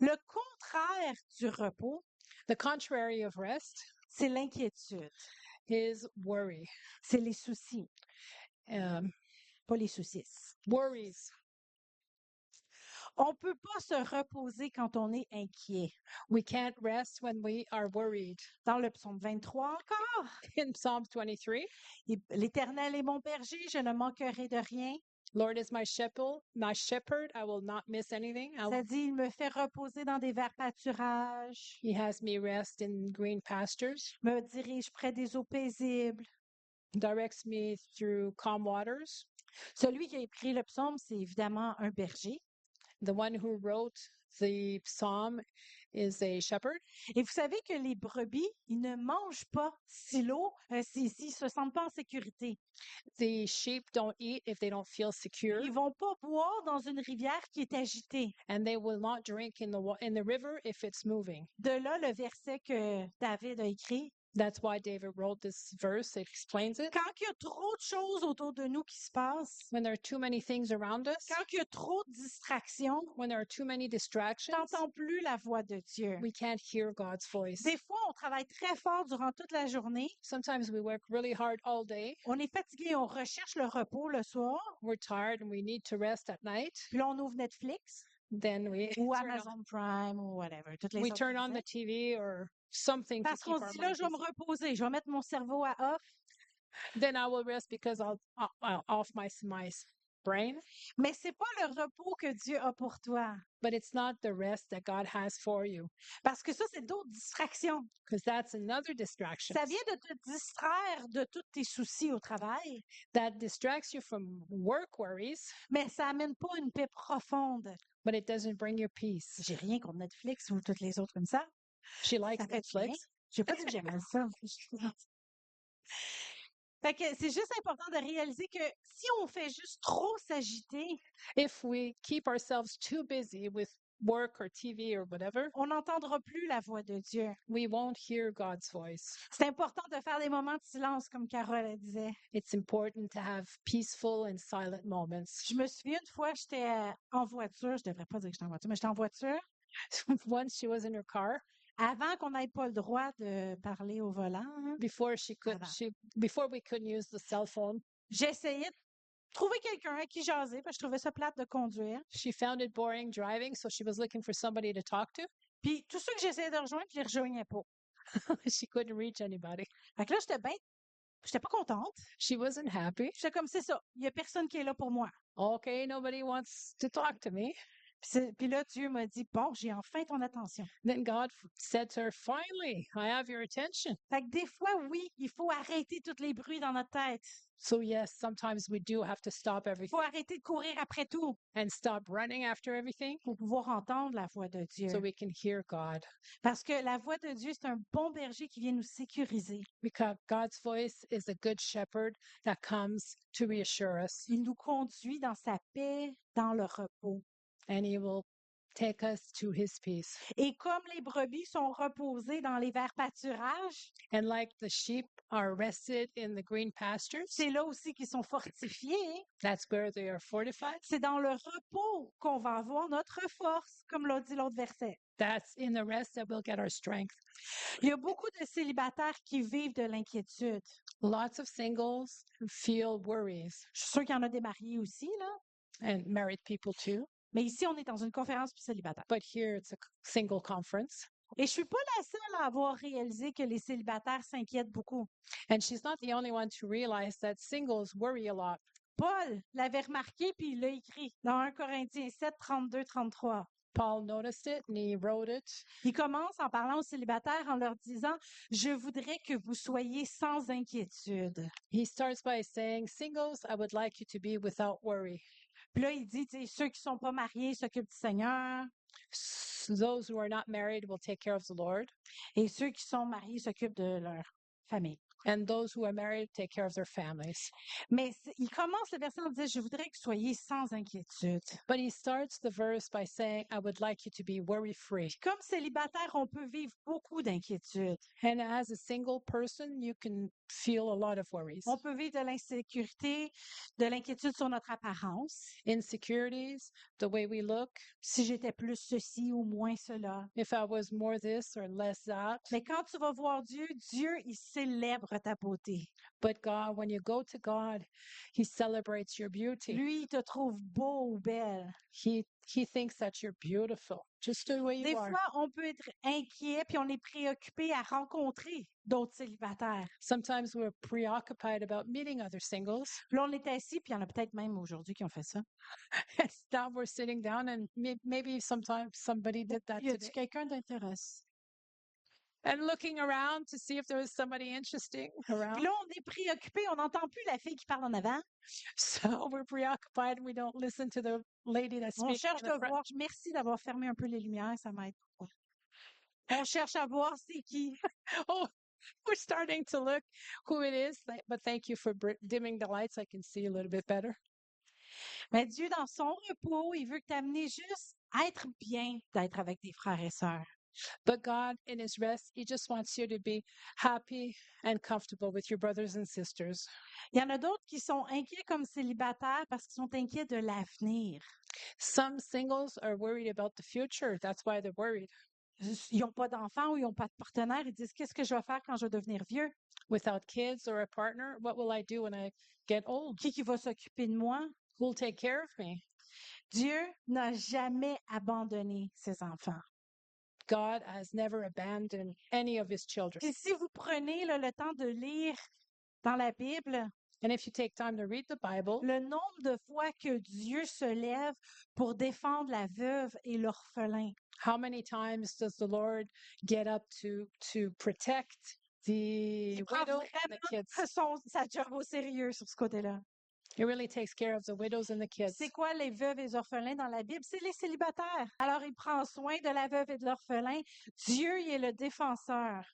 A: Le contraire du repos,
C: The contrary of rest
A: c'est l'inquiétude,
C: is worry.
A: c'est les soucis,
C: Um,
A: pas les soucis.
C: worries.
A: On peut pas se reposer quand on est inquiet.
C: We can't rest when we are worried.
A: Dans le psaume 23 encore,
C: In Psalm 23,
A: Et l'Éternel est mon berger, je ne manquerai de rien.
C: Lord is my shepherd, my shepherd, I will not miss anything. I will-
A: Ça dit, il me fait reposer dans des verts pâturages,
C: he has me rest in green pastures,
A: me dirige près des eaux paisibles.
C: directs me through calm waters.
A: Celui qui a écrit le psaume, c'est évidemment un berger.
C: The one who wrote the psalm is a shepherd.
A: Et vous savez que les brebis, ils ne mangent pas si l'eau, euh, si- s'ils ne se sentent pas en sécurité.
C: The sheep don't eat if they don't feel secure,
A: Ils vont pas boire dans une rivière qui est agitée.
C: and they will not drink in the wa- in the river if it's moving.
A: De là le verset que David a écrit.
C: That's why David wrote this verse. It explains it.
A: Quand il y a trop de choses autour de nous qui se passent,
C: When there are too many things around us,
A: quand il y a trop de distractions,
C: when there are too many
A: tu
C: distractions,
A: n'entends plus la voix de Dieu.
C: we can't hear God's voice.
A: Des fois, on travaille très fort durant toute la journée.
C: Sometimes we work really hard all day.
A: On est fatigué, on recherche le repos le soir,
C: We're tired and we need to rest at night.
A: puis là, on ouvre Netflix
C: Then we
A: ou
C: turn on,
A: Amazon Prime ou whatever. Toutes les
C: we
A: autres
C: turn on the
A: musiques.
C: TV or something to
A: Parce
C: keep
A: qu'on se
C: our
A: dit, là,
C: mind
A: je vais me
C: busy.
A: reposer, je vais mettre mon cerveau à off.
C: Then I will rest because I'll, I'll, I'll off my s- my s- brain.
A: Mais c'est pas le repos que Dieu a pour toi.
C: But it's not the rest that God has for you
A: Parce que ça, c'est d'autres distractions.
C: because that's another distraction
A: Ça vient de te distraire de tous tes soucis au travail,
C: that distracts you from work worries,
A: mais ça amène pas une paix profonde.
C: but it doesn't bring you peace.
A: J'ai rien contre Netflix ou toutes les autres comme ça.
C: She likes
A: Ça fait du bien.
C: Netflix.
A: J'ai pas dit que j'aimais ça. Fait que c'est juste important de réaliser que si on fait juste trop s'agiter,
C: If we keep ourselves too busy with work or TV or whatever,
A: on n'entendra plus la voix de Dieu.
C: we won't hear God's voice.
A: C'est important de faire des moments de silence, comme Carole elle disait.
C: It's important to have peaceful and silent moments.
A: Je me souviens une fois, j'étais euh, en voiture, je devrais pas dire que j'étais en voiture, mais j'étais en voiture
C: Once she was in her car,
A: avant qu'on n'ait pas le droit de parler au volant. hein.
C: before she could,
A: Avant.
C: she before we couldn't use the cell phone,
A: J'essayais de trouver quelqu'un à qui jaser, parce que je trouvais ça plate de conduire.
C: she found it boring driving, so she was looking for somebody to talk to.
A: Puis tous ceux que j'essayais de rejoindre, je les rejoignais pas.
C: she couldn't reach anybody.
A: Fait que là, j'étais bien, j'étais pas contente.
C: She wasn't happy.
A: J'étais comme, c'est ça, il y a personne qui est là pour moi.
C: Okay, nobody wants to talk to me.
A: Puis, c'est- puis là, Dieu m'a dit, bon, j'ai enfin ton attention.
C: Then God f- said to her, Finally, I have your attention.
A: Fait que des fois, oui, il faut arrêter tous les bruits dans notre tête.
C: So, yes, sometimes we do have to stop
A: Il faut
C: everything
A: arrêter de courir après tout.
C: and stop running after everything
A: pour pouvoir entendre la voix de Dieu.
C: so we can hear God.
A: Parce que la voix de Dieu, c'est un bon berger qui vient nous sécuriser.
C: Because God's voice is a good shepherd that comes to reassure us,
A: Il nous conduit dans sa paix, dans le repos.
C: and He will take us to His peace.
A: Et comme les brebis sont reposées dans les verts pâturages,
C: And like the sheep are rested in the green pastures,
A: c'est là aussi qu'ils sont fortifiés. hein.
C: that's where they are fortified.
A: C'est dans le repos qu'on va avoir notre force, comme l'a dit l'autre verset.
C: That's in the rest that we'll get our strength.
A: Il y a beaucoup de célibataires qui vivent de l'inquiétude.
C: Lots of singles feel worries,
A: Je suis sûre qu'il y en a des mariés aussi, là.
C: and married people too.
A: Mais ici, on est dans une conférence pour célibataires.
C: but here it's a c- single conference.
A: Et je suis pas la seule à avoir réalisé que les célibataires s'inquiètent beaucoup.
C: And she's not the only one to realize that singles worry a lot.
A: Paul l'avait remarqué, puis il l'a écrit dans 1 Corinthiens 7, 32, 33.
C: Paul noticed it and he wrote it.
A: Il commence en parlant aux célibataires en leur disant Je voudrais que vous soyez sans inquiétude.
C: He starts by saying, Singles, I would like you to be without worry.
A: Puis là, il dit Tu sais, Ceux qui sont pas mariés s'occupent du Seigneur,
C: S- Those who are not married will take care of the Lord,
A: et ceux qui sont mariés s'occupent de leur famille.
C: and those who are married take care of their families.
A: Mais c'est- il commence le verset en disant Je voudrais que vous soyez sans inquiétude.
C: But he starts the verse by saying, I would like you to be worry free.
A: Comme célibataire, on peut vivre beaucoup d'inquiétudes.
C: And as a single person, you can feel a lot of worries,
A: On peut vivre de l'insécurité, de l'inquiétude sur notre apparence.
C: insecurities, the way we look,
A: Si j'étais plus ceci ou moins cela.
C: if I was more this or less that.
A: Mais quand tu vas voir Dieu, Dieu, il célèbre ta beauté.
C: But God, when you go to God, He celebrates your beauty.
A: Lui, il te trouve beau ou belle.
C: He He thinks that you're beautiful, just the way
A: Des
C: you are.
A: fois, on peut être inquiet puis on est préoccupé à rencontrer d'autres célibataires.
C: Sometimes we're preoccupied about meeting other singles,
A: Là, on est assis puis il y en a peut-être même aujourd'hui qui ont fait ça.
C: and now we're sitting down, and may- maybe sometimes somebody did that
A: Y a-tu
C: today,
A: quelqu'un d'intéressant?
C: and looking around to see if there was somebody interesting
A: Puis
C: around.
A: là, on est préoccupé, on n'entend plus la fille qui parle en avant.
C: So we're preoccupied, and we don't listen to the lady that's
A: On
C: speaking.
A: cherche
C: in the
A: de
C: front.
A: voir. Merci d'avoir fermé un peu les lumières, ça m'aide. beaucoup. On cherche à voir c'est qui.
C: Oh, we're starting to look who it is. th- But thank you for br- dimming the lights. I can see a little bit better.
A: Mais Dieu, dans son repos, il veut que t'amener juste à être bien d'être avec tes frères et sœurs.
C: But God, in His rest, He just wants you to be happy and comfortable with your brothers and sisters.
A: Il y en a d'autres qui sont inquiets comme célibataires parce qu'ils sont inquiets de l'avenir.
C: Some singles are worried about the future. That's why they're worried.
A: Ils n'ont pas d'enfants ou ils n'ont pas de partenaire. Ils disent Qu'est-ce que je vais faire quand je vais devenir vieux
C: Without kids or a partner, what will I do when I get old?
A: Qui qui va s'occuper de moi
C: Who'll take care of me?
A: Dieu n'a jamais abandonné ses enfants.
C: God has never abandoned any of His children.
A: Puis si vous prenez là, le temps de lire dans la Bible,
C: And if you take time to read the Bible,
A: le nombre de fois que Dieu se lève pour défendre la veuve et l'orphelin.
C: how many times does the Lord get up to to protect the
A: Il prend
C: widow and the
A: vraiment
C: kids?
A: son, sa job au sérieux sur ce côté-là.
C: He really takes care of the widows and the kids.
A: C'est quoi les veuves et les orphelins dans la Bible? C'est les célibataires. Alors, il prend soin de la veuve et de l'orphelin. Dieu, il est le défenseur.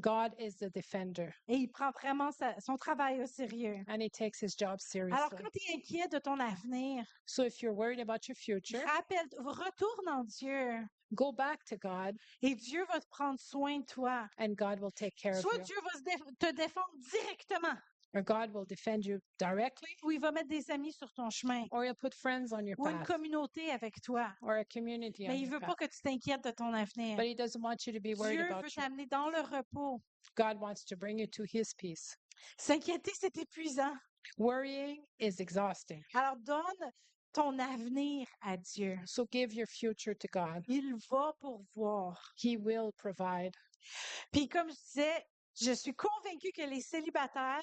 C: God is the defender
A: Et il prend vraiment sa- son travail au sérieux.
C: and he takes his job
A: Alors,
C: seriously.
A: quand tu es inquiet de ton avenir,
C: So if you're worried about your future,
A: rappelle, retourne en Dieu
C: go back to God
A: et Dieu va te prendre soin de toi.
C: and God will take care of
A: Soit
C: you.
A: Dieu va se dé- te défendre directement
C: Or God will defend you directly
A: ou il va mettre des amis sur ton chemin
C: or he'll put friends on your
A: ou une
C: path
A: communauté avec toi.
C: or a community on
A: Mais il
C: your
A: veut
C: path.
A: pas que tu t'inquiètes de ton avenir.
C: But he doesn't want you to be worried
A: Dieu
C: about
A: veut
C: you.
A: t'amener dans le repos.
C: God wants to bring you to his peace.
A: S'inquiéter, c'est épuisant.
C: Worrying is exhausting.
A: Alors donne ton avenir à Dieu.
C: So give your future to God.
A: Il va pourvoir.
C: He will provide.
A: Puis comme je disais, je suis convaincue que les célibataires,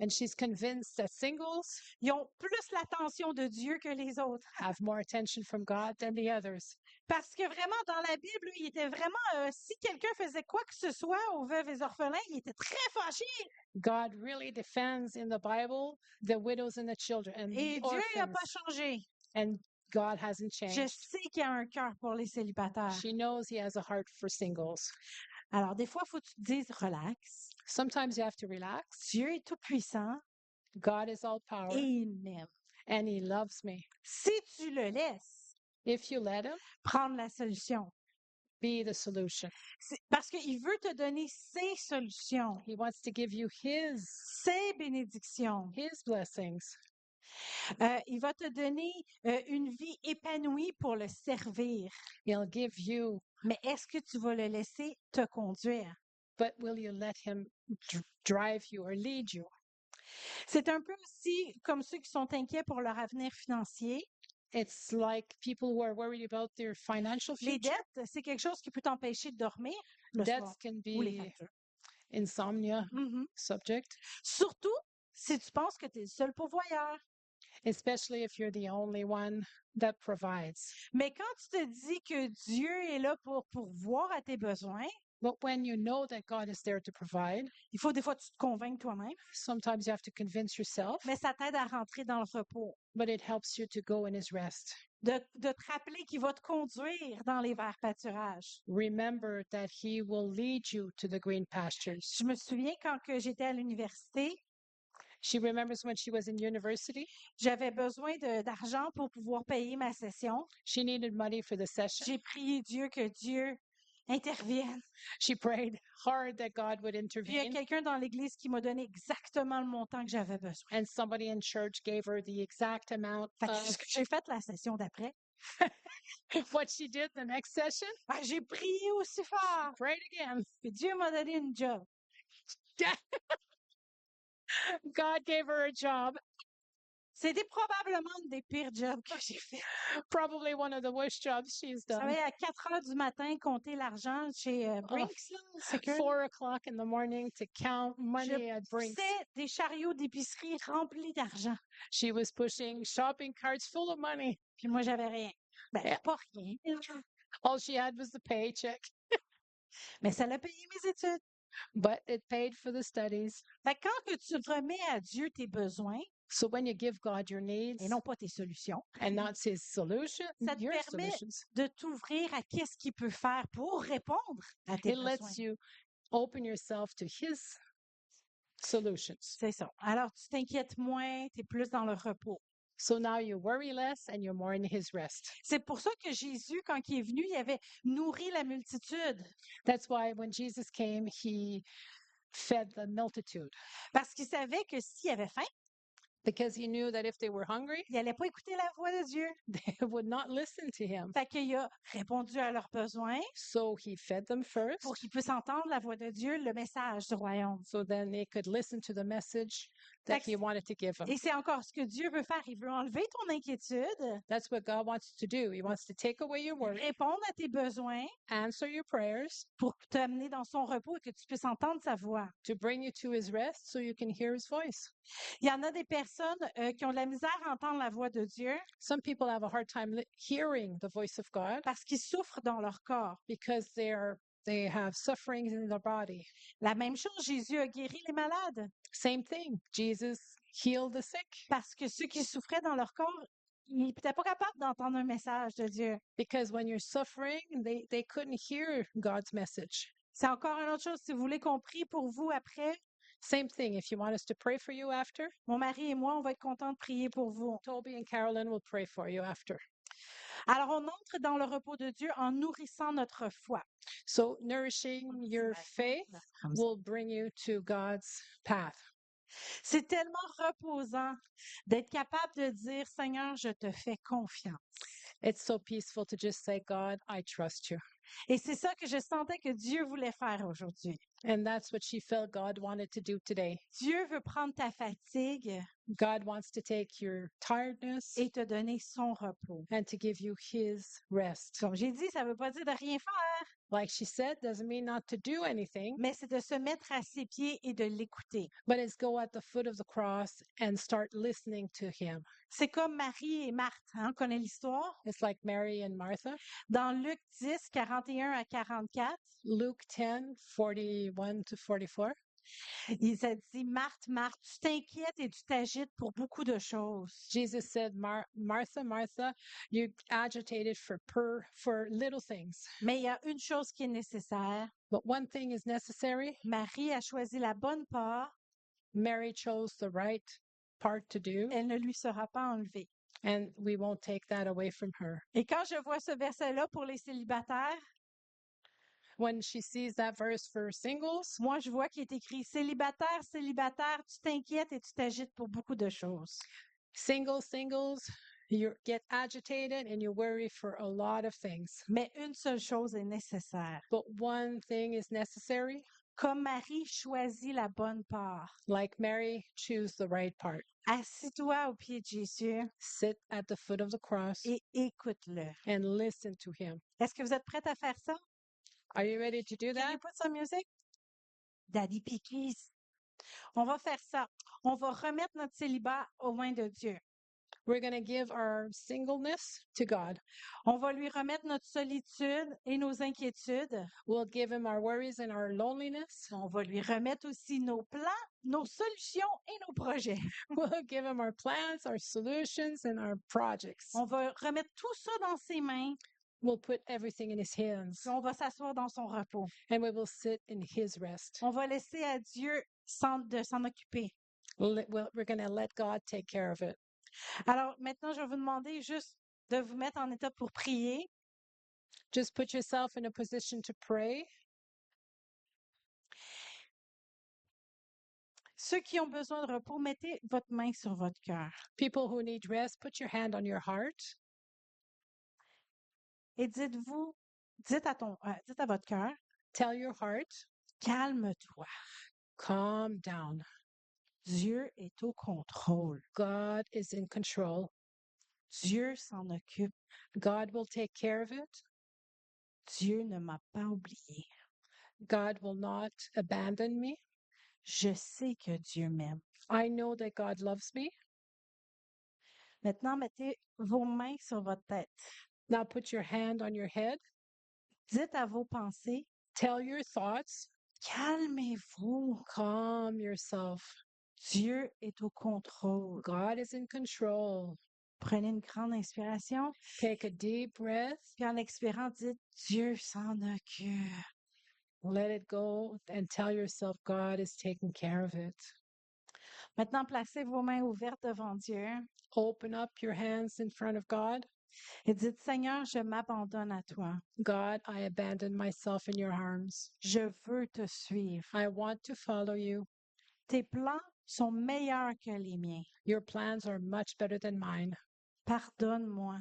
C: And she's convinced that singles
A: ils ont plus l'attention de Dieu que les autres.
C: have more attention from God than the others.
A: Parce que vraiment, dans la Bible, il était vraiment, euh, si quelqu'un faisait quoi que ce soit aux veuves et orphelins, il était très fâché.
C: God really defends in the Bible the widows and the children and
A: Et
C: the
A: Dieu n'a
C: orphans.
A: pas changé.
C: And God hasn't
A: Je
C: changed.
A: sais qu'il y a un cœur pour les célibataires.
C: She knows he has a heart for singles.
A: Alors, des fois, il faut que tu te dises, relax.
C: Sometimes you have to relax.
A: Dieu est tout puissant
C: God is all power
A: et il m'aime.
C: and he loves me.
A: Si tu le laisses
C: If you let him,
A: prendre la solution,
C: be the solution.
A: c'est- parce qu'il veut te donner ses solutions,
C: He wants to give you his
A: ses bénédictions.
C: his blessings.
A: Euh, il va te donner euh, une vie épanouie pour le servir.
C: He'll give you,
A: Mais est-ce que tu vas le laisser te conduire?
C: but will you let him dr- drive you or lead you?
A: C'est un peu aussi comme ceux qui sont inquiets pour leur avenir financier.
C: It's like people who are worried about their financial
A: Les
C: future.
A: dettes, c'est quelque chose qui peut t'empêcher de dormir le
C: Debts
A: soir
C: can
A: ou les
C: be
A: factures.
C: insomnia
A: Mhm.
C: subject,
A: Surtout si tu penses que tu es le seul pourvoyeur.
C: especially if you're the only one that provides.
A: Mais quand tu te dis que Dieu est là pour pourvoir à tes besoins,
C: But when you know that God is there to provide,
A: il faut des fois que tu te convainques toi-même,
C: sometimes you have to convince yourself,
A: mais ça t'aide à rentrer dans le repos,
C: but it helps you to go in his rest.
A: de, de te rappeler qu'il va te conduire dans les verts pâturages.
C: Remember that he will lead you to the green pastures.
A: Je me souviens quand que j'étais à l'université,
C: She remembers when she was in university,
A: j'avais besoin de- d'argent pour pouvoir payer ma session.
C: she needed money for the session.
A: J'ai prié Dieu que Dieu intervienne.
C: She prayed hard that God would
A: Puis il y a
C: intervene,
A: quelqu'un dans l'église qui m'a donné exactement le montant que j'avais besoin.
C: and somebody in church gave her the exact amount
A: Fait que
C: of
A: j'ai fait la session d'après.
C: what she did the next session.
A: Ah, j'ai prié aussi fort.
C: Prayed again.
A: Puis Dieu m'a donné une job.
C: God gave her a job,
A: C'était probablement une des pires jobs que j'ai fait.
C: probably one of the worst jobs she's
A: Je
C: done.
A: travaillais à 4 heures du matin, compter l'argent chez euh, Brinks. là, Secure.
C: Ah, Four o'clock in the morning to count money at Brinks.
A: Poussais des chariots d'épicerie remplis d'argent.
C: She was pushing shopping carts full of money.
A: Puis moi, j'avais rien. Ben,
C: Yeah.
A: pas rien.
C: All she had was the paycheck,
A: Mais ça l'a payé mes études.
C: but it paid for the studies.
A: Fait que quand que tu remets à Dieu tes besoins
C: So when you give God your needs
A: et non pas tes solutions,
C: and not his solution,
A: Ça te
C: your
A: permet
C: solutions,
A: de t'ouvrir à qu'est-ce qu'il peut faire pour répondre à tes
C: it
A: besoins.
C: lets you open yourself to his solutions.
A: C'est ça. Alors, tu t'inquiètes moins, tu es plus dans le repos.
C: So now you worry less and you're more in his rest.
A: C'est pour ça que Jésus, quand il est venu, il avait nourri la multitude.
C: That's why when Jesus came, he fed the multitude
A: Parce qu'il savait que s'il avait faim,
C: because he knew that if they were hungry,
A: il n'allait pas écouter la voix de Dieu.
C: they would not listen to him.
A: Fait qu'il a répondu à leurs besoins
C: So he fed them first.
A: pour qu'ils puissent entendre la voix de Dieu, le message du royaume.
C: So then they could listen to the message that
A: Fait que
C: he wanted to give them.
A: Et c'est encore ce que Dieu veut faire. Il veut enlever ton inquiétude,
C: That's what God wants to do. He wants to take away your worry,
A: répondre à tes besoins
C: answer your prayers,
A: pour t'amener dans son repos et que tu puisses entendre sa voix.
C: to bring you to his rest so you can hear his voice.
A: Il y en a des personnes euh, qui ont de la misère à entendre la voix de Dieu
C: Some people have a hard time li- hearing the voice of God
A: parce qu'ils souffrent dans leur corps.
C: because they are they have sufferings in their body.
A: La même chose, Jésus a guéri les malades
C: Same thing. Jesus healed the sick
A: parce que ceux qui souffraient dans leur corps, ils n'étaient pas capables d'entendre un message de Dieu.
C: because when you're suffering, they, they couldn't hear God's message.
A: C'est encore une autre chose. Si vous voulez qu'on prie pour vous après,
C: Same thing. If you want us to pray for you after,
A: mon mari et moi, on va être contents de prier pour vous.
C: Toby and Carolyn will pray for you after.
A: Alors, on entre dans le repos de Dieu en nourrissant notre foi.
C: So, nourishing your faith will bring you to God's path.
A: C'est tellement reposant d'être capable de dire, Seigneur, je te fais confiance.
C: It's so peaceful to just say, God, I trust you.
A: Et c'est ça que je sentais que Dieu voulait faire aujourd'hui.
C: And that's what she felt God wanted to do today.
A: Dieu veut prendre ta fatigue
C: God wants to take your tiredness
A: et te donner son repos.
C: and to give you his rest.
A: Comme j'ai dit, ça ne veut pas dire de rien faire,
C: Like she said, doesn't mean not to do anything,
A: mais c'est de se mettre à ses pieds et de l'écouter.
C: but it's go at the foot of the cross and start listening to him.
A: C'est comme Marie et Marthe, hein, on connaît l'histoire.
C: It's like Mary and Martha.
A: Dans Luc 10, 41 à 44,
C: Luke 10, 41 to 44.
A: il a dit, Marthe, Marthe, tu t'inquiètes et tu t'agites pour beaucoup de choses.
C: Jesus said, Mar- Martha, Martha, you agitated for per, for little things,
A: Mais il y a une chose qui est nécessaire.
C: but one thing is necessary.
A: Marie a choisi la bonne part,
C: Mary chose the right part to do,
A: elle ne lui sera pas enlevée.
C: and we won't take that away from her.
A: Et quand je vois ce verset-là pour les célibataires,
C: When she sees that verse for singles,
A: moi je vois qu'il est écrit célibataire, célibataire, tu t'inquiètes et tu t'agites pour beaucoup de choses.
C: singles, singles, you get agitated and you worry for a lot of things.
A: Mais une seule chose est nécessaire.
C: But one thing is necessary,
A: Comme Marie choisit la bonne part,
C: like Mary, choose the right part.
A: assis-toi au pied de Jésus
C: Sit at the foot of the cross
A: et écoute-le.
C: and listen to him.
A: Est-ce que vous êtes prête à faire ça?
C: Are you ready to
A: Can
C: do that?
A: you put some music? Daddy Pickies. On va faire ça. On va remettre notre célibat aux mains de Dieu.
C: We're going to give our singleness to God.
A: On va lui remettre notre solitude et nos inquiétudes.
C: We'll give him our worries and our loneliness.
A: On va lui remettre aussi nos plans, nos solutions et nos projets.
C: We'll give him our plans, our solutions, and our projects.
A: On va remettre tout ça dans ses mains
C: We'll put everything in his hands
A: et on va s'asseoir dans son repos.
C: and we will sit in his rest.
A: On va laisser à Dieu s'en- de s'en occuper.
C: Let- Well, we're going to let God take care of it.
A: Alors maintenant, je vais vous demander juste de vous mettre en état pour prier.
C: Just put yourself in a position to pray.
A: Ceux qui ont besoin de repos, mettez votre main sur votre cœur.
C: People who need rest, put your hand on your heart
A: et dites-vous, dites à ton, euh, dites à votre cœur,
C: Tell your heart,
A: calme-toi.
C: calm down.
A: Dieu est au contrôle.
C: God is in control.
A: Dieu s'en occupe.
C: God will take care of it.
A: Dieu ne m'a pas oublié.
C: God will not abandon me.
A: Je sais que Dieu m'aime.
C: I know that God loves me.
A: Maintenant, mettez vos mains sur votre tête.
C: Now put your hand on your head.
A: Dites à vos pensées,
C: Tell your thoughts.
A: calmez-vous.
C: Calm yourself.
A: Dieu est au contrôle.
C: God is in control.
A: Prenez une grande inspiration,
C: Take a deep breath.
A: puis en expirant, dites, Dieu s'en occupe.
C: Let it go and tell yourself God is taking care of it.
A: Maintenant, placez vos mains ouvertes devant Dieu
C: Open up your hands in front of God.
A: et dites, Seigneur, je m'abandonne à toi.
C: God, I abandon myself in your arms.
A: Je veux te suivre.
C: I want to follow you.
A: Tes plans sont meilleurs que les miens.
C: Your plans are much better than mine.
A: Pardonne-moi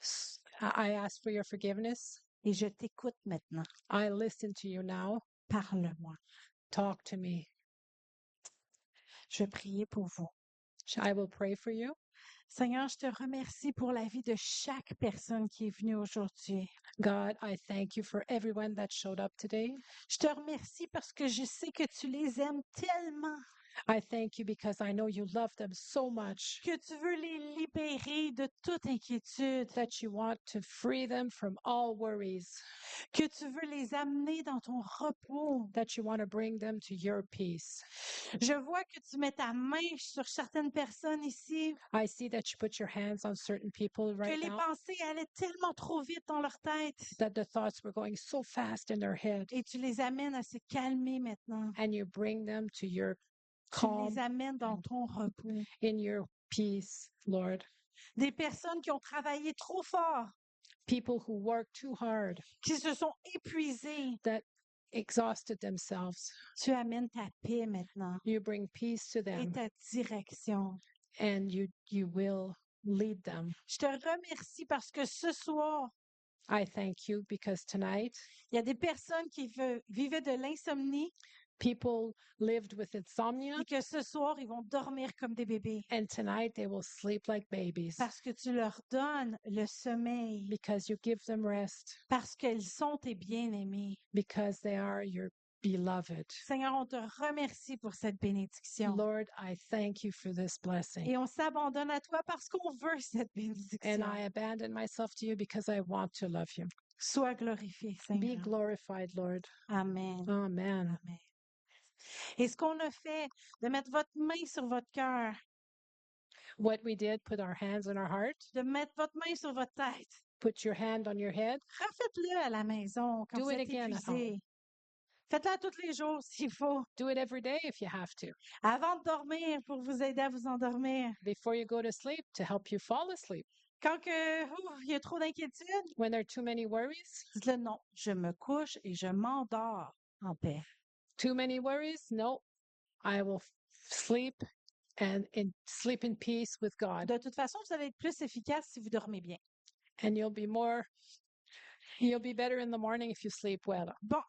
C: S- I I ask for your forgiveness.
A: et je t'écoute maintenant.
C: I listen to you now.
A: Parle-moi.
C: Talk to me.
A: Je vais prier pour vous.
C: Sh- I will pray for you.
A: Seigneur, je te remercie pour la vie de chaque personne qui est venue aujourd'hui.
C: God, I thank you for everyone that showed up today.
A: Je te remercie parce que je sais que tu les aimes tellement.
C: I thank you because I know you love them so much
A: que tu veux les libérer de toute inquiétude,
C: that you want to free them from all worries,
A: que tu veux les amener dans ton repos.
C: that you want to bring them to your peace.
A: Je vois que tu mets ta main sur certaines personnes ici,
C: I see that you put your hands on certain people right
A: que les
C: now,
A: pensées allaient tellement trop vite dans leur tête
C: that the thoughts were going so fast in their head,
A: et tu les amènes à se calmer maintenant.
C: and you bring them to your
A: Tu
C: calm, Mm.
A: les amènes dans ton repos.
C: in your peace, Lord.
A: Des personnes qui ont travaillé trop fort,
C: People who work too hard,
A: qui se sont épuisées,
C: exhausted themselves,
A: tu amènes ta paix maintenant
C: you bring peace to
A: et
C: them,
A: ta direction.
C: and you you will lead them.
A: Je te remercie parce que ce soir,
C: I thank you because tonight
A: il y a des personnes qui ve- vivaient de l'insomnie
C: people lived with insomnia,
A: et que ce soir, ils vont dormir comme des bébés
C: and tonight they will sleep like babies
A: parce que tu leur donnes le sommeil,
C: because you give them rest,
A: parce qu'ils sont tes bien-aimés.
C: because they are your beloved.
A: Seigneur, on te remercie pour cette bénédiction.
C: Lord, I thank you for this blessing.
A: Et on s'abandonne à toi parce qu'on veut cette
C: And
A: bénédiction.
C: I abandon myself to you because I want to love you.
A: Sois glorifié,
C: Be
A: Seigneur.
C: glorified, Lord.
A: Amen.
C: Amen.
A: Amen. Et ce qu'on a fait, de mettre votre main sur votre cœur,
C: What we did, put our hands on our heart,
A: de mettre votre main sur votre tête,
C: put your hand on your head.
A: refaites-le à la maison quand
C: Do
A: vous
C: it
A: êtes
C: again ah, at home.
A: épuisé. Faites-le à tous les jours s'il faut,
C: Do it every day if you have to.
A: avant de dormir pour vous aider à vous endormir.
C: Before you go to sleep, to help you fall asleep.
A: Quand que, ouf, il y a trop d'inquiétude,
C: When there are too many worries,
A: dites-le non, je me couche et je m'endors en paix.
C: too many worries, no, I will f- sleep and in, sleep in peace with God.
A: De toute façon, vous allez être plus efficace si vous dormez bien.
C: And you'll be more, you'll be better in the morning if you sleep well.
A: Bon,